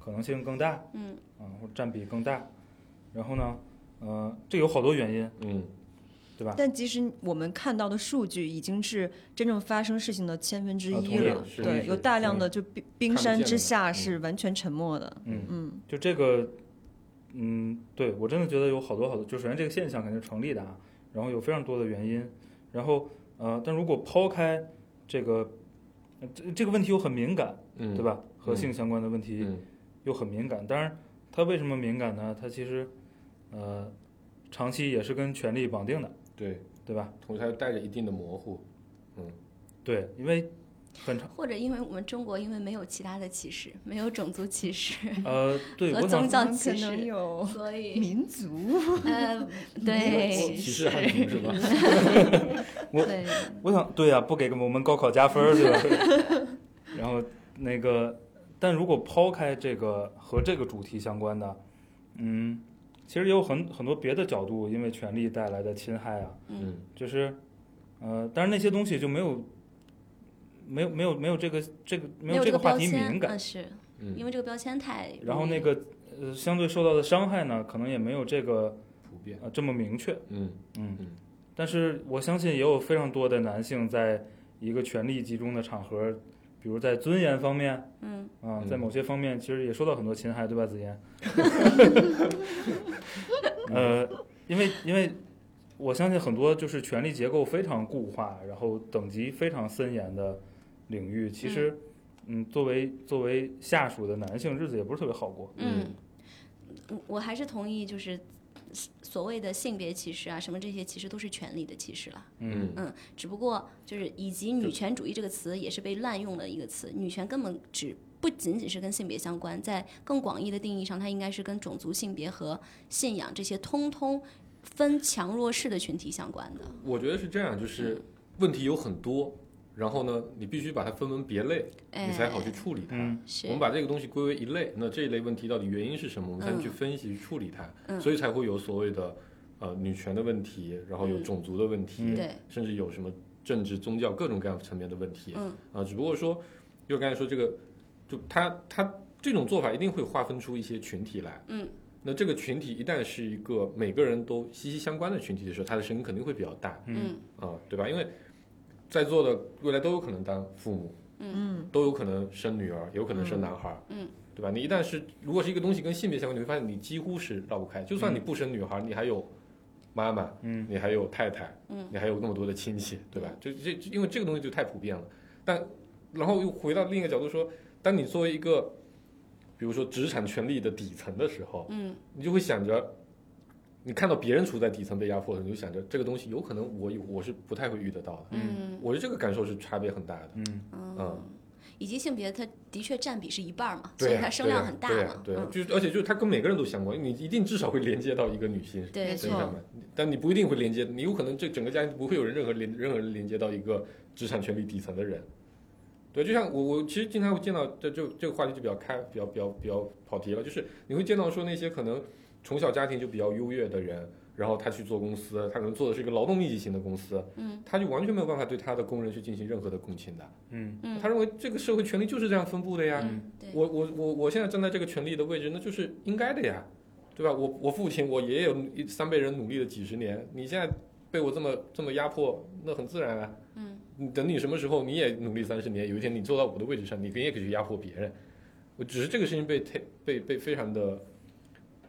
可能性更大啊、
嗯
或者占比更大。然后呢，呃，这有好多原因，
嗯
对吧？
但其实我们看到的数据已经是真正发生事情的千分之
啊
一
同意
了，
是
对，
是
有大量的就冰冰山之下是完全沉没的，
嗯，
嗯，
就这个，嗯，对我真的觉得有好多好多，就首先这个现象肯定是成立的啊，然后有非常多的原因，然后呃，但如果抛开这个，呃这这个问题又很敏感，
嗯，
对？吧？和
嗯
性相关的问题
嗯
又很敏感，当然它为什么敏感呢？它其实呃，长期也是跟权力绑定的，
对，
对吧？
同时还带着一定的模糊，
对，因为很长，
或者因为我们中国因为没有其他的歧视，没有种族歧视，
呃， 对
和
我
宗
想
教
我们可
歧
能
视，
哦
有
所以
民族，
呃，对，
歧视汉族是吧？
对，
我想，对呀、不给我们高考加分儿，对吧？ 然后那个，但如果抛开这个和这个主题相关的，嗯，其实也有很很多别的角度，因为权力带来的侵害啊，
嗯
就是，呃，但是那些东西就没有，没有没有没有这个这个没
有
这
这
个
个
话
标
题敏
签，哎
感
嗯，，是
嗯
因为这个标签太容易，
然后那个呃相对受到的伤害呢，可能也没有这个
普遍，
呃这么明确，
嗯
嗯
嗯，
但是我相信也有非常多的男性在一个权力集中的场合，比如在尊严方面
嗯
啊，
嗯
在某些方面其实也受到很多侵害，对吧，子嫣？呃，因为因为我相信很多就是权力结构非常固化，然后等级非常森严的领域，其实嗯，作为作为下属的男性，日子也不是特别好过。
嗯，我我还是同意，就是所谓的性别歧视啊，什么这些其实都是权利的歧视了。
嗯
嗯，只不过就是以及女权主义这个词也是被滥用的一个词，女权根本只不仅仅是跟性别相关，在更广义的定义上，它应该是跟种族、性别和信仰这些通通分强弱势的群体相关的。
我觉得是这样，
嗯
就是问题有很多，然后呢，你必须把它分门别类，
哎，
你才好去处理它。
嗯
是
我们把这个东西归为一类，那这一类问题到底原因是什么，我们才能去分析、去处理它，
嗯
所以才会有所谓的呃女权的问题，然后有种族的问题，
嗯
对，
甚至有什么政治、宗教各种各样层面的问题。
嗯
啊，只不过说，就刚才说这个，就他他这种做法一定会划分出一些群体来。
嗯，
那这个群体一旦是一个每个人都息息相关的群体的时候，他的声音肯定会比较大。
嗯
啊，对吧？因为在座的未来都有可能当父母，
嗯，
都有可能生女儿，有可能生男孩，
嗯，
对吧？你一旦是如果是一个东西跟性别相关，你会发现你几乎是绕不开。就算你不生女孩，你还有妈妈，
嗯
你还有太太，
嗯
你还有那么多的亲戚，对吧？就这，因为这个东西就太普遍了。但然后又回到另一个角度说，当你作为一个，比如说职场权力的底层的时候，
嗯
你就会想着，你看到别人处在底层被压迫的时候，你就想着这个东西有可能我有我是不太会遇得到的。
嗯
我觉得这个感受是差别很大的。
嗯，
嗯，
以及性别，它的确占比是一半儿嘛，所
对
以
呀
它声
对呀啊
量很大
对呀
嘛。
对呀
嗯，
就是而且就是它跟每个人都相关，你一定至少会连接到一个女性
对
没
对
身
错
上嘛，但你不一定会连接，你有可能这整个家庭不会有人任何连任何人连接到一个职场权力底层的人。对，就像我我其实经常会见到，这就这个话题就比较开，比较比较比较跑题了，就是你会见到说那些可能从小家庭就比较优越的人。然后他去做公司，他可能做的是一个劳动密集型的公司，
嗯，
他就完全没有办法对他的工人去进行任何的共情的，
嗯，
嗯
他认为这个社会权利就是这样分布的呀，
嗯，对，
我我我我现在站在这个权利的位置，那就是应该的呀，对吧？我我父亲我爷爷有一三辈人努力了几十年，你现在被我这么这么压迫，那很自然啊。
嗯
你等你什么时候你也努力三十年，有一天你坐到我的位置上，你你也可以去压迫别人。我只是这个事情被 take 被被非常的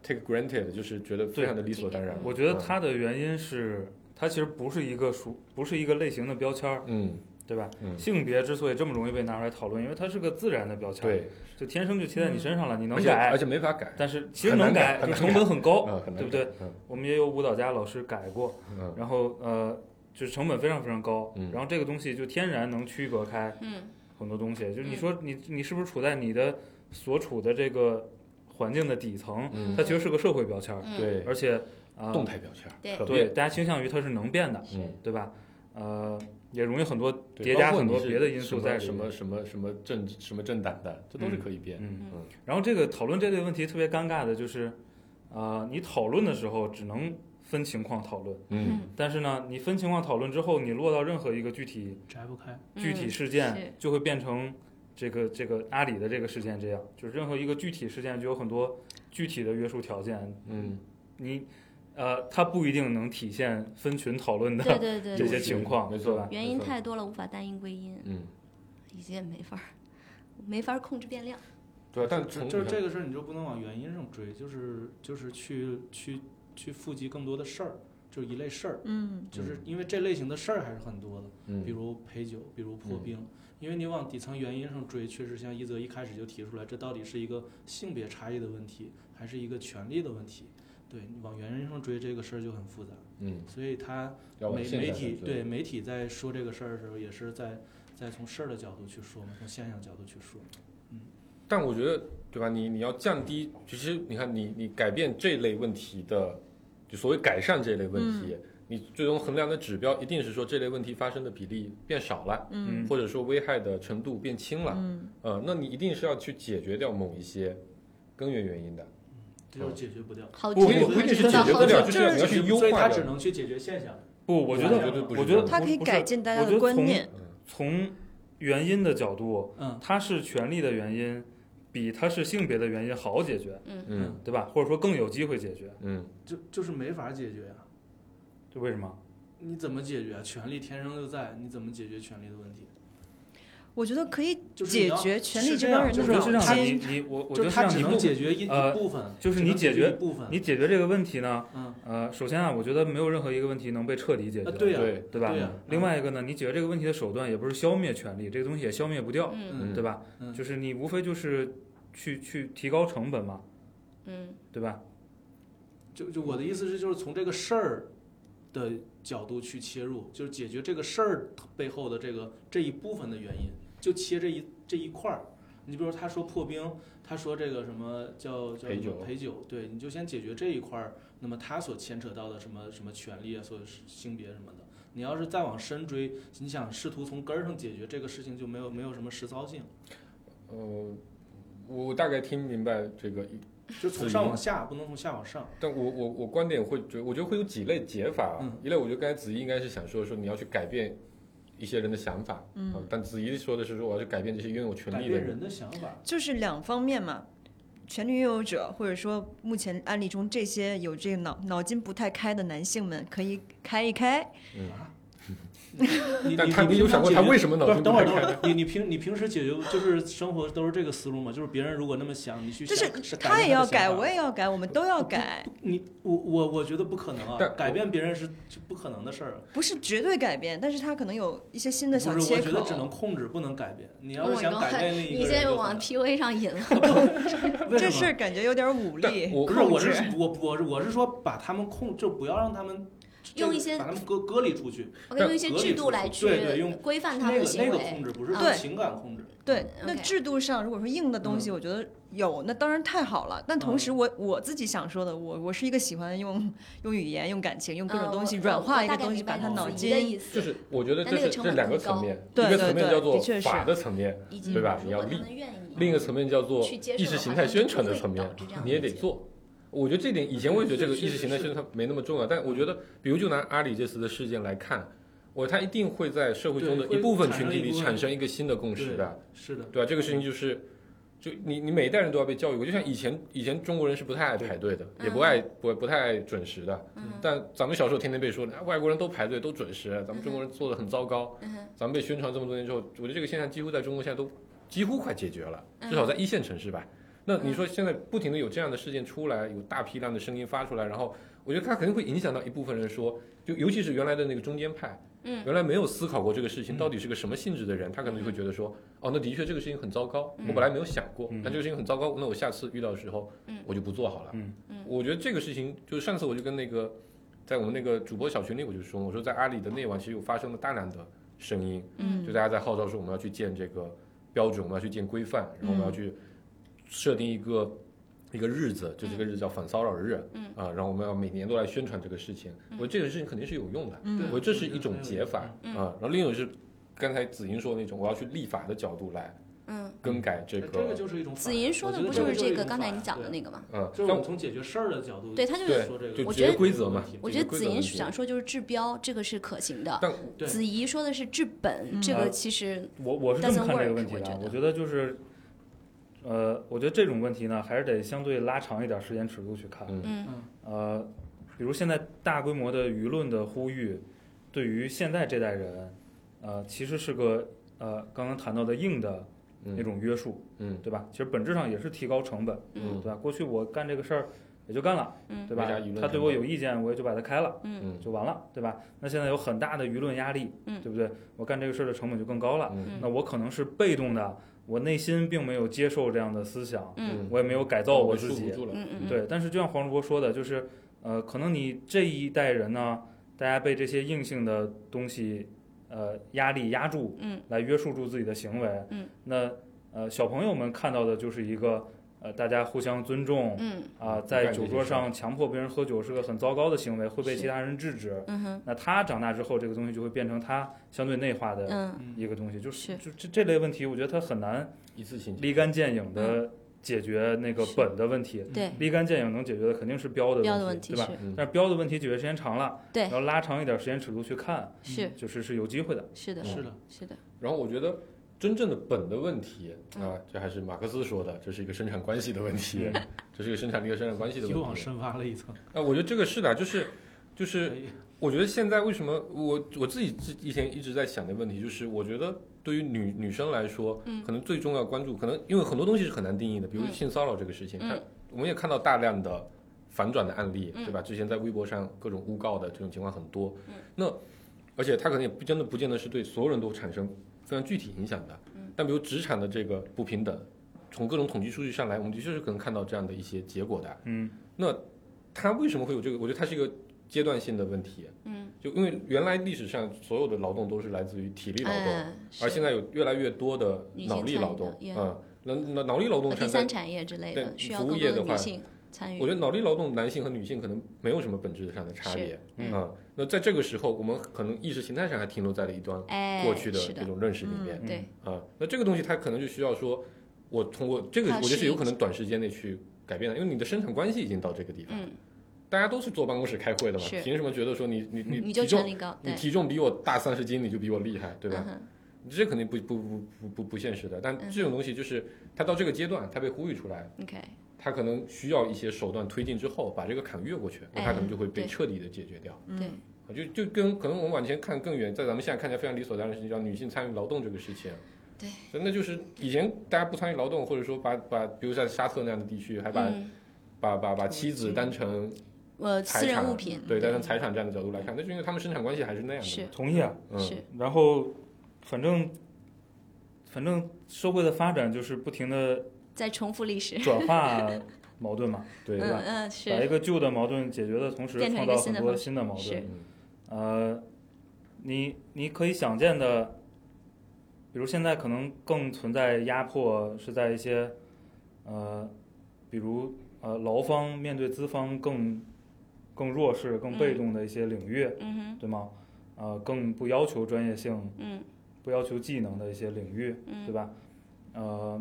take granted，就是觉得非常的理所当然。
我觉得它的原因是，它其实不是一个属，不是一个类型的标签儿，
嗯
对吧？
嗯
性别之所以这么容易被拿出来讨论，因为它是个自然的标签，，
对，
就天生就贴在
嗯
你身上了，你能
而且
改，
而且没法改，
但是其实
很
能
难改
就
很难
成本很高，
嗯，很难
对不对
改？？嗯
我们也有舞蹈家老师改过，
嗯
然后呃，就是成本非常非常高，
嗯
然后这个东西就天然能区隔开
嗯
很多东西。就是你说你你是不是处在你的所处的这个环境的底层，
嗯
它其实是个社会标签儿，
嗯，
对，
而且啊、呃
动态标签儿，
对
可
对
变，
大家倾向于它是能变的，
嗯。
对吧？呃，也容易很多
对
叠
包
加
括
很
你
多
是
别的因素
什么
在里
什
面
么什么什么政治什么政党的，这都是可以变。
嗯
嗯，
然后这个讨论这类问题特别尴尬的就是，呃，你讨论的时候只能分情况讨论。
嗯
但是呢，你分情况讨论之后，你落到任何一个具体
摘不开。
具体
嗯
事件
是，
就会变成这个这个阿里的这个事件这样，就是任何一个具体事件就有很多具体的约束条件，
嗯，
你呃，它不一定能体现分群讨论
对
的
对
这
对
些
对，
情况，
没错
对吧？
原因
没错
太多了，无法单一归因，
嗯，
以及也没法儿没法儿控制变量。
对啊，但
就
从
就是这个事儿，你就不能往原因上追，就是就是去去去触及更多的事儿，就是一类事儿，
嗯，
就是因为这类型的事儿还是很多的，比
嗯
如陪酒，比如破冰，因为你往底层原因上追，确实像一泽一开始就提出来，这到底是一个性别差异的问题，还是一个权利的问题？对你往原因上追这个事儿就很复杂，
嗯，
所以他
要往
媒
现
媒
在
体
来做
对媒体在说这个事儿的时候，也是在在从事儿的角度去说嘛，从现象角度去说。
但我觉得，对吧？你你要降低，其实你看你，你改变这类问题的，就所谓改善这类问题，你最终衡量的指标一定是说这类问题发生的比例变少了，
嗯
或者说危害的程度变轻了，嗯，呃，那你一定是要去解决掉某一些根源原因的，
这就是解决不掉，
好
不
久
不
了
不一定
知
是
道
解决
好
不
久
了，
了
就是你要去优
所以
化
它
掉
只。能去解决现象。嗯
不，我觉
我
得
绝对不是
我
这
觉得
样
它可以
不是
改进大家
我觉
的
得
观
从
念，
从原因的角度，
嗯，
它是权利的原因，比它是性别的原因好解决，
嗯
对吧？或者说更有机会解决，
嗯，
就就是没法解决啊！
这为什么？
你怎么解决啊？权利天生就在，你怎么解决权利的问题？
我觉得可以
就是你
解
要
决权
是
力
这
这帮
样
我
人的
就
觉得
是是
这
脑
样，你
筋。
你我我觉
就是
得是这
它
样，
只
你
能
不
解决一
呃
一部分，
就是
只
你
能
解
解
决
一部分。
你解决这个问题呢？
嗯
呃，首先啊，我觉得没有任何一个问题能被彻底解决，
啊，对呀，
对
对吧？
对呀
另外一个呢，你解决这个问题的手段也不是消灭权利，这个东西也消灭不掉，
嗯
嗯
对吧？
嗯
就是你无非就是去去提高成本嘛，
嗯
对吧？
就就我的意思是，就是从这个事儿的角度去切入，就是解决这个事儿背后的这个这一部分的原因，就切这一这一块儿。你比如他说破冰，他说这个什么叫叫
陪
什么
酒
陪酒，对，你就先解决这一块儿。那么他所牵扯到的什么什么权利啊，所有性别什么的，你要是再往深追，你想试图从根儿上解决这个事情，就没有没有什么实操性，
呃，我大概听明白这个
就从上往下，不能从下往上。
但我我我观点会觉，我觉得会有几类解法啊、
嗯
一类我觉得刚才子怡应该是想说说你要去改变一些人的想法，嗯，但子怡说的是说我要去改变这些拥有权
改
利的
变
人，
人的想法，
就是两方面嘛，权力拥有者或者说目前案例中这些有这个脑脑筋不太开的男性们，可以开一开，
嗯
你
但
你
他
你
你有
平常
想过
解
他
决
为什么脑
不
子
是，
不
等会
开
儿，等会
开？
儿， 你你平你平时解决就是生活都是这个思路嘛？就是别人如果那么想，你去
就
想
是
改
他
变
也要
的想
改，
法
我也要改，我们都要改，
你我我我觉得不可能啊！
但
改变别人是是不可能的事儿啊。啊
不是绝对改变，但是他可能有一些新的
不
小
是，
切
我觉得只
口。
能控制，不能改变。你要
Oh
是
my
想
God，
改变另一
你
个
现在
人，
往 PUA 上 引了，
为什
这
么
事儿感觉有点武
但
力，
我
不是，我是
控
我我是我是说把他们控，就不要让他们这
用
个
一些
把他们隔隔离出去，
我用一些制度来去
对对用
规范他
那
们的
个那
行
个
为。
控制不是
对
情感控制。
对，那
OK
制度上如果说硬的东
嗯
西，我觉得有，那当然太好了。但同时我，我自己想说的，我我是一个喜欢用用语言、用感情、用各种
嗯
东西
我
软化一
我大
个
概
东西，
明白
把它
你
脑
的
筋
意思，
就是我觉得
但
这
那个
是
成
这
本
两
更
个层
高
面，一
对
个
对
层面
对
叫
的
做
确是
法的层面，
以及
对吧
如
你要
果他
立
们愿意
另一个层面叫做
去接受
意识形态宣传的层面
好像就会导致这样，的
你也得
结果
做。我觉得这点以前我也觉得这个
是是
意识形态
是
宣传没那么重要，但我觉得，比如就拿阿里这次的事件来看，我他一定会在社会中的
对
一部分群体
会产生一
里
部分
产生一个新的共识的，
是的，
对吧？这个事情就是，就你你每一代人都要被教育过，就像以前以前中国人是不太爱排队的，也不爱不不太爱准时的，
嗯
但咱们小时候天天被说的，啊外国人都排队都准时，咱们中国人做的很糟糕。
嗯哼
咱们被宣传这么多年之后，我觉得这个现象几乎在中国现在都几乎快解决了，
嗯
至少在一线城市吧。那你说现在不停的有这样的事件出来，有大批量的声音发出来，然后我觉得它肯定会影响到一部分人说，就尤其是原来的那个中间派，
嗯
原来没有思考过这个事情到底是个什么性质的人，他可能就会觉得说，哦，那的确这个事情很糟糕，我本来没有想过，
嗯
但这个事情很糟糕，那我下次遇到的时候
嗯，
我就不做好了。
嗯
嗯
我觉得这个事情就是上次我就跟那个在我们那个主播小群里我就说，我说在阿里的内网其实有发生了大量的声音，
嗯
就大家在号召说我们要去建这个标准，我们要去建规范，然
嗯
后我们要去设定一个、一个日子，就这个日子叫反骚扰日，
嗯
啊，然后我们要每年都来宣传这个事情。我觉得这个事情肯定是有用的，
对
我觉得这是一种解法
嗯
啊。然后另一种是刚才子莹说的那种，我要去立法的角度来
嗯，
更改这
这
个，
个就是一种法。
子银说的不就是这个刚才你讲的那
个？
个吗？
嗯，
就是我
但
们从解决事儿的角度，
对，他就是
对
说这个
就
我
解
觉
决
得
规则嘛。
我觉
解决
得
规
子
则
银
问题
想说就是治标，这个是可行的。
但嗯
对
子怡说的是治
嗯
本，这个其实
我我是这么
Doesn't
看这个
work，
问题
我觉
的啊
得，
我觉得就是，呃，我觉得这种问题呢，还是得相对拉长一点时间尺度去看。
嗯
嗯
呃，比如现在大规模的舆论的呼吁，对于现在这代人，呃，其实是个呃刚刚谈到的硬的那种约束，
嗯
对吧？其实本质上也是提高成本，
嗯
对吧？过去我干这个事儿也就干了，
嗯
对吧
没啥舆论？
他对
成
我
本
有意见，我也就把他开了。
嗯
就完了，对吧？那现在有很大的舆论压力，
嗯
对不对？我干这个事儿的成本就更高了。
嗯
那我可能是被动的，我内心并没有接受这样的思想，
嗯
我也没有改造我自己。
束缚住了
嗯嗯，
对，但是就像黄主播说的，就是呃，可能你这一代人呢，大家被这些硬性的东西呃压力压住，
嗯，
来约束住自己的行为，
嗯，
那呃小朋友们看到的就是一个呃大家互相尊重，
嗯
啊，
不
在
干这
酒
些
桌
事
上强迫别人喝酒是个很糟糕的行为，会被
是
其他人制止。
嗯哼
那他长大之后，这个东西就会变成他相对内化的
嗯
一个东西，就是就这这类问题，我觉得他很难
一次性
立竿见影的解决那个
是
本的问题。
对
立竿见影能解决的肯定是标的
标的
问
问
题，
题
对吧？
是
嗯
但是标的问题解决时间长了，
对
然后拉长一点时间尺度去看，
是
就是是有机会的。
是的
是的，
是的
然后我觉得真正的本的问题
嗯
啊，这还是马克思说的，这是一个生产关系的问题，这是一个生产力和生产关系的
又
问
往
题。
深挖了一层，哎
啊，我觉得这个是的，就是
可
就是，
以
我觉得现在为什么我我自己之以前一直在想的问题，就是我觉得对于女女生来说，可能最重要关注，可能因为很多东西是很难定义的，比如
嗯
性骚扰这个事情，
嗯
它我们也看到大量的反转的案例，
嗯
对吧？之前在微博上各种诬告的这种情况很多，那而且它可能也不真的不见得是对所有人都产生非常具体影响的，
嗯
但比如职场的这个不平等，从各种统计数据上来，我们的确是可能看到这样的一些结果的。
嗯，
那它为什么会有这个？我觉得它是一个阶段性的问题。
嗯，
就因为原来历史上所有的劳动都是来自于体力劳动，
嗯，
而现在有越来越多的
女性
脑力劳动
参与，的呃
嗯，那那脑力劳动
第
上
三
在，
产业之类
对
的需要
服务
更
业
多
的话
女性参与。
我觉得脑力劳动男性和女性可能没有什么本质上的差
是
别，
嗯
啊，那在这个时候，我们可能意识形态上还停留在了一段
哎，
过去的
是
这种认识里面
嗯
对，
啊。那这个东西它可能就需要说，我通过这个，
它
我觉得
是
是
一
有可能短时间内去改变的，因为你的生产关系已经到这个地方，
嗯，
大家都是坐办公室开会的嘛，
是
凭什么觉得说你你你
你就
体
权
重
力高，
你
对
体重比我大三十斤，你就比我厉害，对吧？
嗯哼
这肯定不不不不不不现实的。但
嗯
这种东西就是它到这个阶段，它被呼吁出来，
？OK，
它可能需要一些手段推进之后，把这个坎越过去，那它可能就会被
哎对嗯
彻底的解决掉。
对，
就就跟可能我们往前看更远，在咱们现在看起来非常理所当然的事情，叫女性参与劳动这个事情。
对，
那就是以前大家不参与劳动，或者说把把，比如像沙特那样的地区，还把、
嗯，
把把把妻子当成
呃，私
财
人
产，
物品，
对，当成财产这样的角度来看，那就因为他们生产关系还是那样的嘛。
是
同意啊。
嗯，
是
然后，反正，反正社会的发展就是不停的
在重复历史，
转 化矛盾嘛，
对
吧
嗯嗯
把一
是，
个旧的矛盾解决的同时，
变成
创
一个
造
新
很
的
多
方式
新的矛
是
盾。
嗯
呃，你你可以想见的，比如现在可能更存在压迫，是在一些呃，比如呃劳方面对资方更更弱势、更被
嗯
动的一些领域，
嗯哼，
对吗？呃，更不要求专业性，
嗯
不要求技能的一些领域，
嗯
对吧？呃，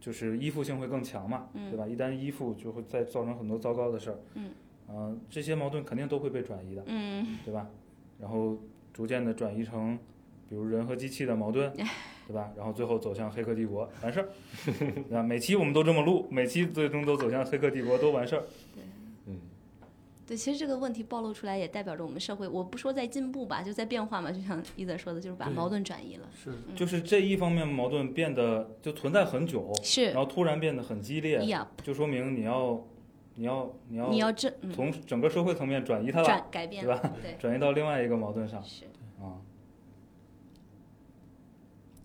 就是依附性会更强嘛，
嗯
对吧？一旦依附，就会再造成很多糟糕的事儿。
嗯，
呃，这些矛盾肯定都会被转移的，
嗯
对吧？然后逐渐的转移成，比如人和机器的矛盾，对吧？然后最后走向黑客帝国，完事儿，对吧？每期我们都这么录，每期最终都走向黑客帝国，都完事儿。
嗯，
对，其实这个问题暴露出来，也代表着我们社会，我不说在进步吧，就在变化嘛，就像伊泽说的，就是把
对
矛盾转移了，
是
就是这一方面矛盾变得就存在很久，
是
然后突然变得很激烈，
呀，
就说明你要，你要，你要，
你要这嗯
从整个社会层面转移它了，
转改变
对吧？
对，
转移到另外一个矛盾上
是
啊。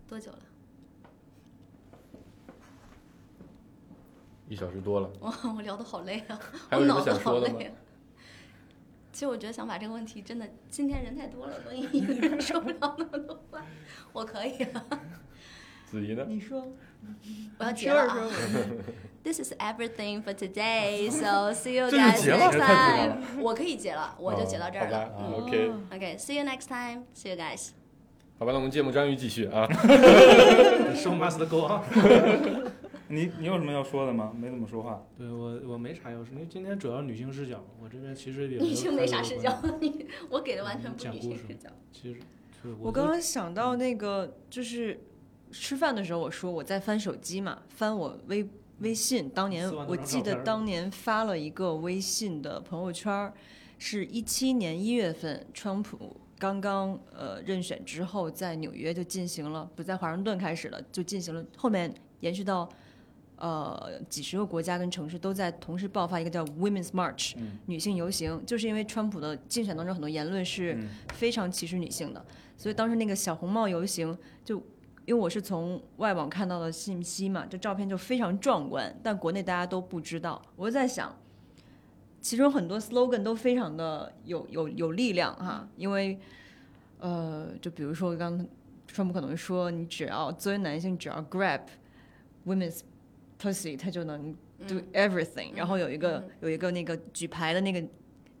多久了？
一小时多了，
哇，我聊得好累啊，
还
我
有什
脑
么
子
想
好
说的吗
累？啊。其实我觉得想把这个问题真的，今天人太多了，我一个人说不了那么多话，我可以啊，
子怡呢？
你说，
我要
你
结
说
了
着
啊。
说着，
This is everything for today. So see you
这就
guys
结了
next
这太自然
time. 我可以结了，我就结到这儿了。
哦
嗯
好吧，OK，啊
哦
OK, see you next time. See you guys.
好吧，那我们芥末章鱼继续啊。
，show must go on。
你你有什么要说的吗？没怎么说话。
对我我没啥要说，因为今天主要是女性视角，我这边其实也
女性没啥
太多
视
的
角
观点，
你我给的完全不
讲
女
故
性
事
视角。
其实就是
我刚刚想到那个，就是吃饭的时候，我说我在翻手机嘛，翻我微微信。当年
四万多
我
张
记
照
得
片儿
当年发了一个微信的朋友圈儿，是一七年一月份，川普刚刚呃任选之后，在纽约就进行了，不在华盛顿开始了，就进行了，后面延续到。呃，几十个国家跟城市都在同时爆发一个叫 Women's March、
嗯
女性游行，就是因为川普的竞选当中很多言论是
嗯
非常歧视女性的，所以当时那个小红帽游行，就因为我是从外网看到的信息嘛，这照片就非常壮观，但国内大家都不知道。我就在想，其中很多 slogan 都非常的有有有力量哈，因为呃，就比如说刚川普可能说，你只要作为男性，只要 grab women's pussy，他就能
嗯
do everything、然后有一个、有一个那个举牌的那个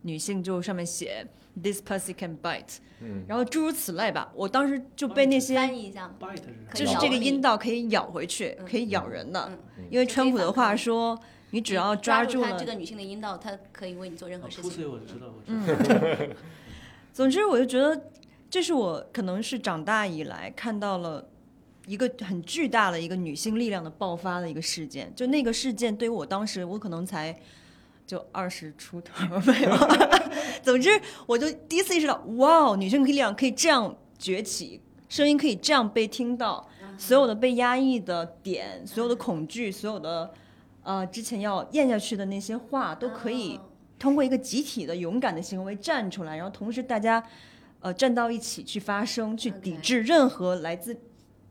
女性就上面写 this pussy can bite，
嗯，
然后诸如此类吧。我当时就被那些
翻译一下嘛，
bite 啊是
可
就
以嗯
是
咬
这个
你
阴道可以咬回去，
嗯
可以咬人的
嗯，
嗯
因为川普的话
嗯
说，你只要
抓
住
她
了啊
这个女性的阴道，她可以为你做任何事
出
情。
水啊我知道，我知道。
嗯，总之，我就觉得这是我可能是长大以来看到了一个很巨大的一个女性力量的爆发的一个事件。就那个事件对于我当时，我可能才就二十出头儿没有。 总之，我就第一次意识到，哇，哦女性力量可以这样崛起。声音可以这样被听到，所
嗯
有的被压抑的点，所有的恐惧，所有的，呃，之前要咽下去的那些话，都可以
哦
通过一个集体的勇敢的行为站出来，然后同时大家呃站到一起去发声，去
OK
抵制任何来自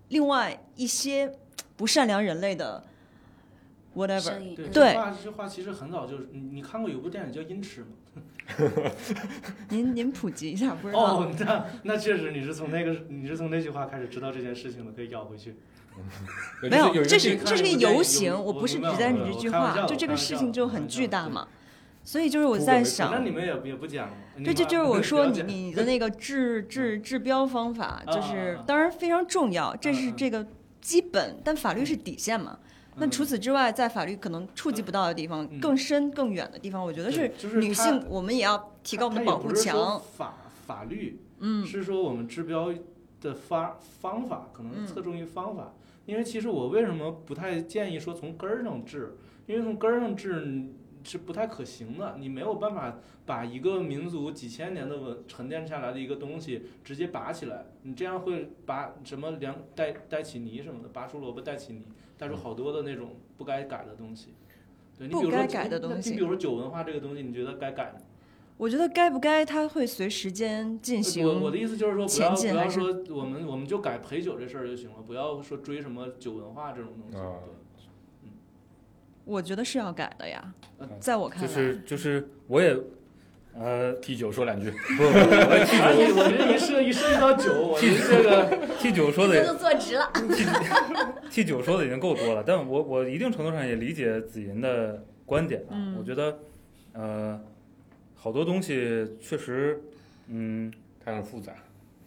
另外一些不善良人类的 whatever
声。音
对，
嗯
这
对
话这话其实很早就是你你看过有部电影叫《音痴》吗？
您您普及一下，不知道、
哦，那那确实你是从那个你是从那句话开始知道这件事情的，可以绕回去。
对
没
就是
有，
有一个
这
地
是
方
这是
有
个
一个
游
有
行，
我
不是
明白
只
我
在
明白
你这句
我开玩
话，
笑
就这个
我开玩
事
笑
情就
我开
很
玩
巨
笑
大
对
嘛。所以就是我
不
在
我没
想，
那你们也也不讲了，你
对，
们
这就是我
了
说你
解
你的那个治治治标方法，
啊
就是
啊啊
当然非常重要，这是
嗯嗯
这个基本，但法律是底线嘛。那除此之外，在法律可能触及不到的地方，
嗯
更深更远的地方，我觉得
对
是
就是
女
它
性，我们也要提高我们的保护墙。。
法法律，
嗯
是说我们治标的发方法，可能
嗯
侧重于方法。因为其实我为什么不太建议说从根儿上治，因为从根儿上治，是不太可行的。你没有办法把一个民族几千年的文沉淀下来的一个东西直接拔起来，你这样会拔什么凉带带起泥什么的，拔出萝卜带起泥，带出好多的那种不该改的东西。对你比如
不
说
该
酒
改的东
那
西
你比如说酒文化这个东西，你觉得该改吗？
我觉得该不该，它会随时间进行。
呃我我的意思就是说，不要
前进
不
还
要
是
说我们我们就改陪酒这事儿就行了，不要说追什么酒文化这种东西。
啊
对
我觉得是要改的呀
呃，
在我看
就
来，
是就是我也，呃，
替酒说 两句，
不，我替
我
酒
我这一涉一涉及到酒，我觉得这个
替酒说的
这
也
就坐直了。
T 九说的已经够多了，但我我一定程度上也理解子银的观点啊。
嗯
我觉得，呃，好多东西确实，嗯，
它很复杂。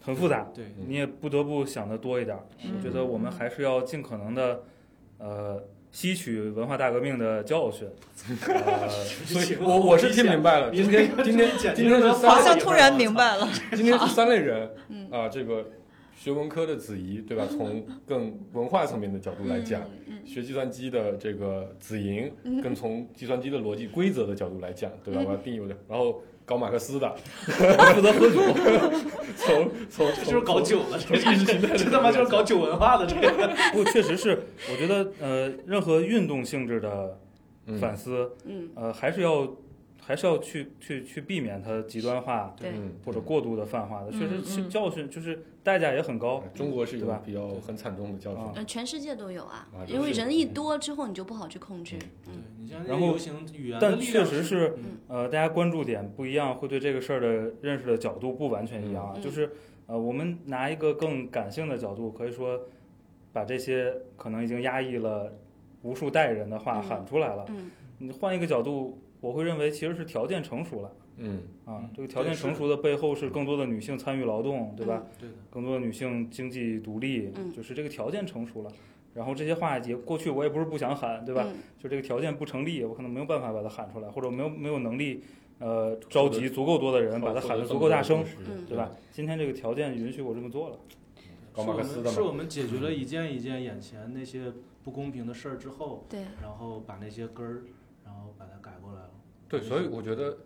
很复杂，
对
你也不得不想的多一点儿。
嗯
我觉得我们还是要尽可能的，呃，吸取文化大革命的教训。呃
所以
我我是听明白了，
你
今天今天
简直
今天
是
是
发
好
三
现
像突然明 白了，
今天是 三类人
嗯
啊，这个学文科的子怡对吧？从更文化层面的角度来讲，
嗯，
学计算机的这个子莹，跟从计算机的逻辑规则的角度来讲，对
嗯
吧？我要定义我的，然后搞马克思的，负责喝酒，从从
这就是搞
从
酒了，这
从意 识形态的
这
角度来讲，
他妈就是搞酒文化的这个。
不，确实是，我觉得，呃，任何运动性质的
嗯
反思，
嗯
呃，还是要还是要去去去避免它极端化
对
嗯
或者过度的泛化的，确实
嗯
是
嗯
教训就是代价也很
嗯
高。
中国是有
对吧
比较很惨重的教训
啊。
呃，全世界都有啊
啊，
因为
都是
人一多之后，你就不好去控制。
对
嗯，
你像这
然
个
后
流行语言的
但
力
确
量
实是
嗯，
呃，大家关注点不一样，会对这个事儿的认识的角度不完全一样啊。
嗯嗯
就是呃，我们拿一个更感性的角度，可以说把这些可能已经压抑了无数代人的话
嗯
喊出来了。
嗯
你换一个角度，我会认为其实是条件成熟了
嗯，
啊
嗯。
这个条
对
件
是
成
的
熟的背后是更多的女性参与劳动，对吧？
对的，
更多的女性经济独立，
嗯
就是这个条件成熟了。然后这些话也过去我也不是不想喊，对吧？
嗯
就这个条件不成立，我可能没有办法把它喊出来，或者我没有没有能力，呃，召集足够多的人把它喊得足够大声，
嗯
对吧？？今天这个条件允许我这么做了，
搞马克
是
思
我
的
们是
嘛，
我们解决了一件一件眼前那些不公平的事儿之后，
对，
然后把那些根儿，然后把它改过来了。
对，所以我觉得，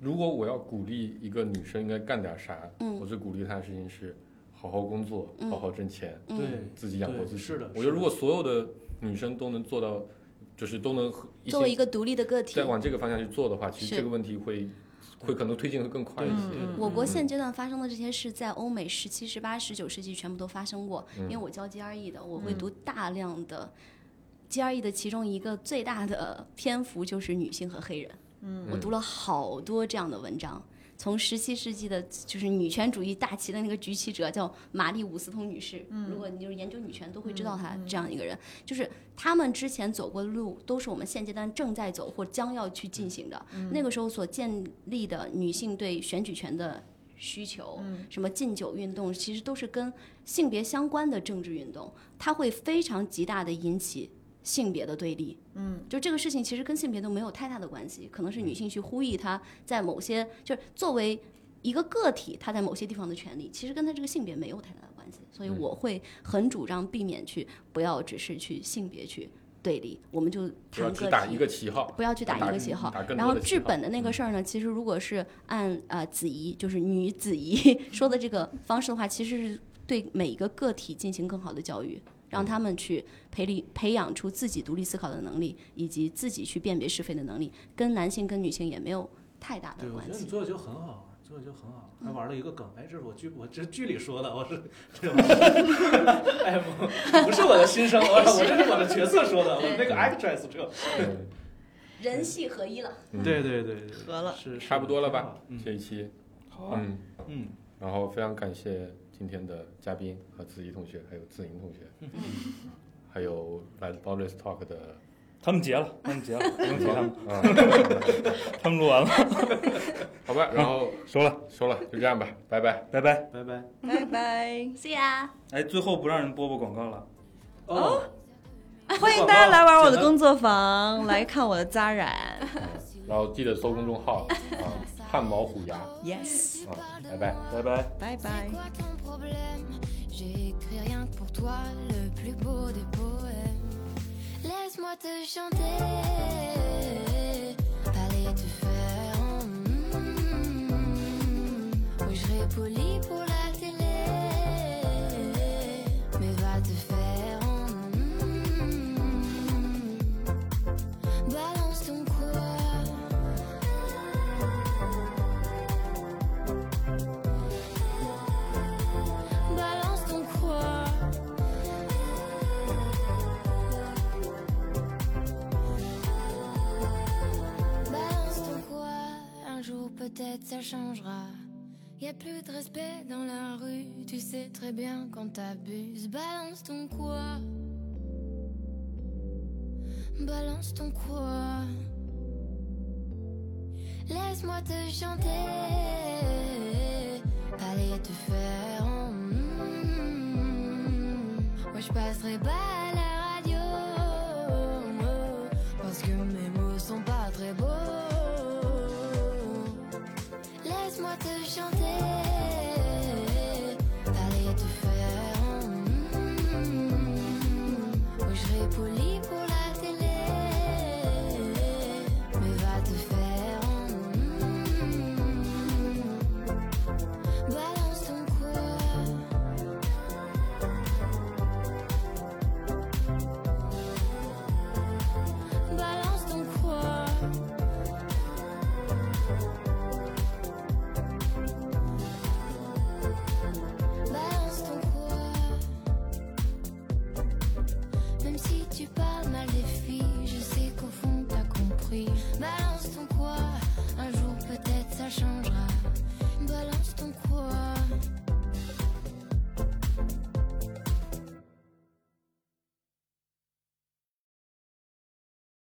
如果我要鼓励一个女生应该干点啥，
嗯
我最鼓励她的事情是好好工作，
嗯
好好挣钱，
嗯
对，
自己养活自己。
对是的
我觉
是
得
的
如果所有的女生都能做到，就是都能和
作为一
个
个独立的个体
再，往这个方向去做的话，其实
是
这个问题会会可能推进会更快一
嗯
些。
嗯
我国现阶段发生的这些事，在欧美十七、十八、十九世纪全部都发生过。因为我教 GRE 的，我会读大量的 GRE 的，其中一个最大的 篇幅就是女性和黑人。嗯，我读了好多这样的文章。从十七世纪的，就是女权主义大旗的那个举起者叫玛丽·伍斯通女士。如果你就是研究女权，都会知道她这样一个人。就是他们之前走过的路，都是我们现阶段正在走或将要去进行的。那个时候所建立的女性对选举权的需求，什么禁酒运动，其实都是跟性别相关的政治运动，它会非常极大的引起性别的对立。嗯，就这个事情其实跟性别都没有太大的关系，可能是女性去呼吁她在某些就是作为。一个个体，她在某些地方的权利，其实跟她这个性别没有太大的关系，所以我会很主张避免去，不要只是去性别去对立，我们就
不要
谈
只
个
打
体
一个旗号，
不要去打一个旗号
打更。
然
多
后
的旗
治
号
本的
嗯
那个事儿呢，其实如果是按呃子怡，就是女子 怡说的这个方式的话，其实是对每一个个体进行更好的教育，让他们去培力培养出自己独立思考的能力，以及自己去辨别是非的能力，跟男性跟女性也没有太大的
对，我
关
觉得你
系。
做的就很好，做的就很好，还玩了一个梗，哎，这是我剧，我这剧里说的，我是这种， 哎，不不是我的心声，我我这是我的角色说的，我那个 actress 这，
嗯
人系合一了，
嗯
对对对，对
合了
是
差不多了吧？
是
这
挺好
一期，
好
嗯，
嗯
然后非常感谢今天的嘉宾和子怡同学，还有子莹同学，还有来自 Boris Talk 的
他们结了，他们结了，不用提他们，
啊，
他们录完了，
好吧，然 后
收了，
收了，就这样吧，拜拜。
拜拜。
嗯，拜拜。
拜 拜，
是呀，
哎，最后不让人播播广告了，
哦，
欢迎大家来玩我的工作坊，来看我的扎染
然后记得搜公众号啊，汗毛虎牙啊，
，yes，
拜拜。
拜拜。
拜拜
C'est。quoi ton problème J'ai écrit rien que pour toi, le plus beau des poèmes. Laisse-moi te chanter. mm. poli pour la télé. Mais va te faire. mm, Balance ton quoi. Balance ton quoi. Balance ton quoi. Un jour peut-être ça changera. Y a plus de respect dans la rue, tu sais très bien quand t'abuses. Balance ton quoi. Balance ton quoi. Laisse-moi te chanter, aller te faire en mm. Moi je passerai pas à la radio, oh, parce que mes mm-hmm. mm-hmm.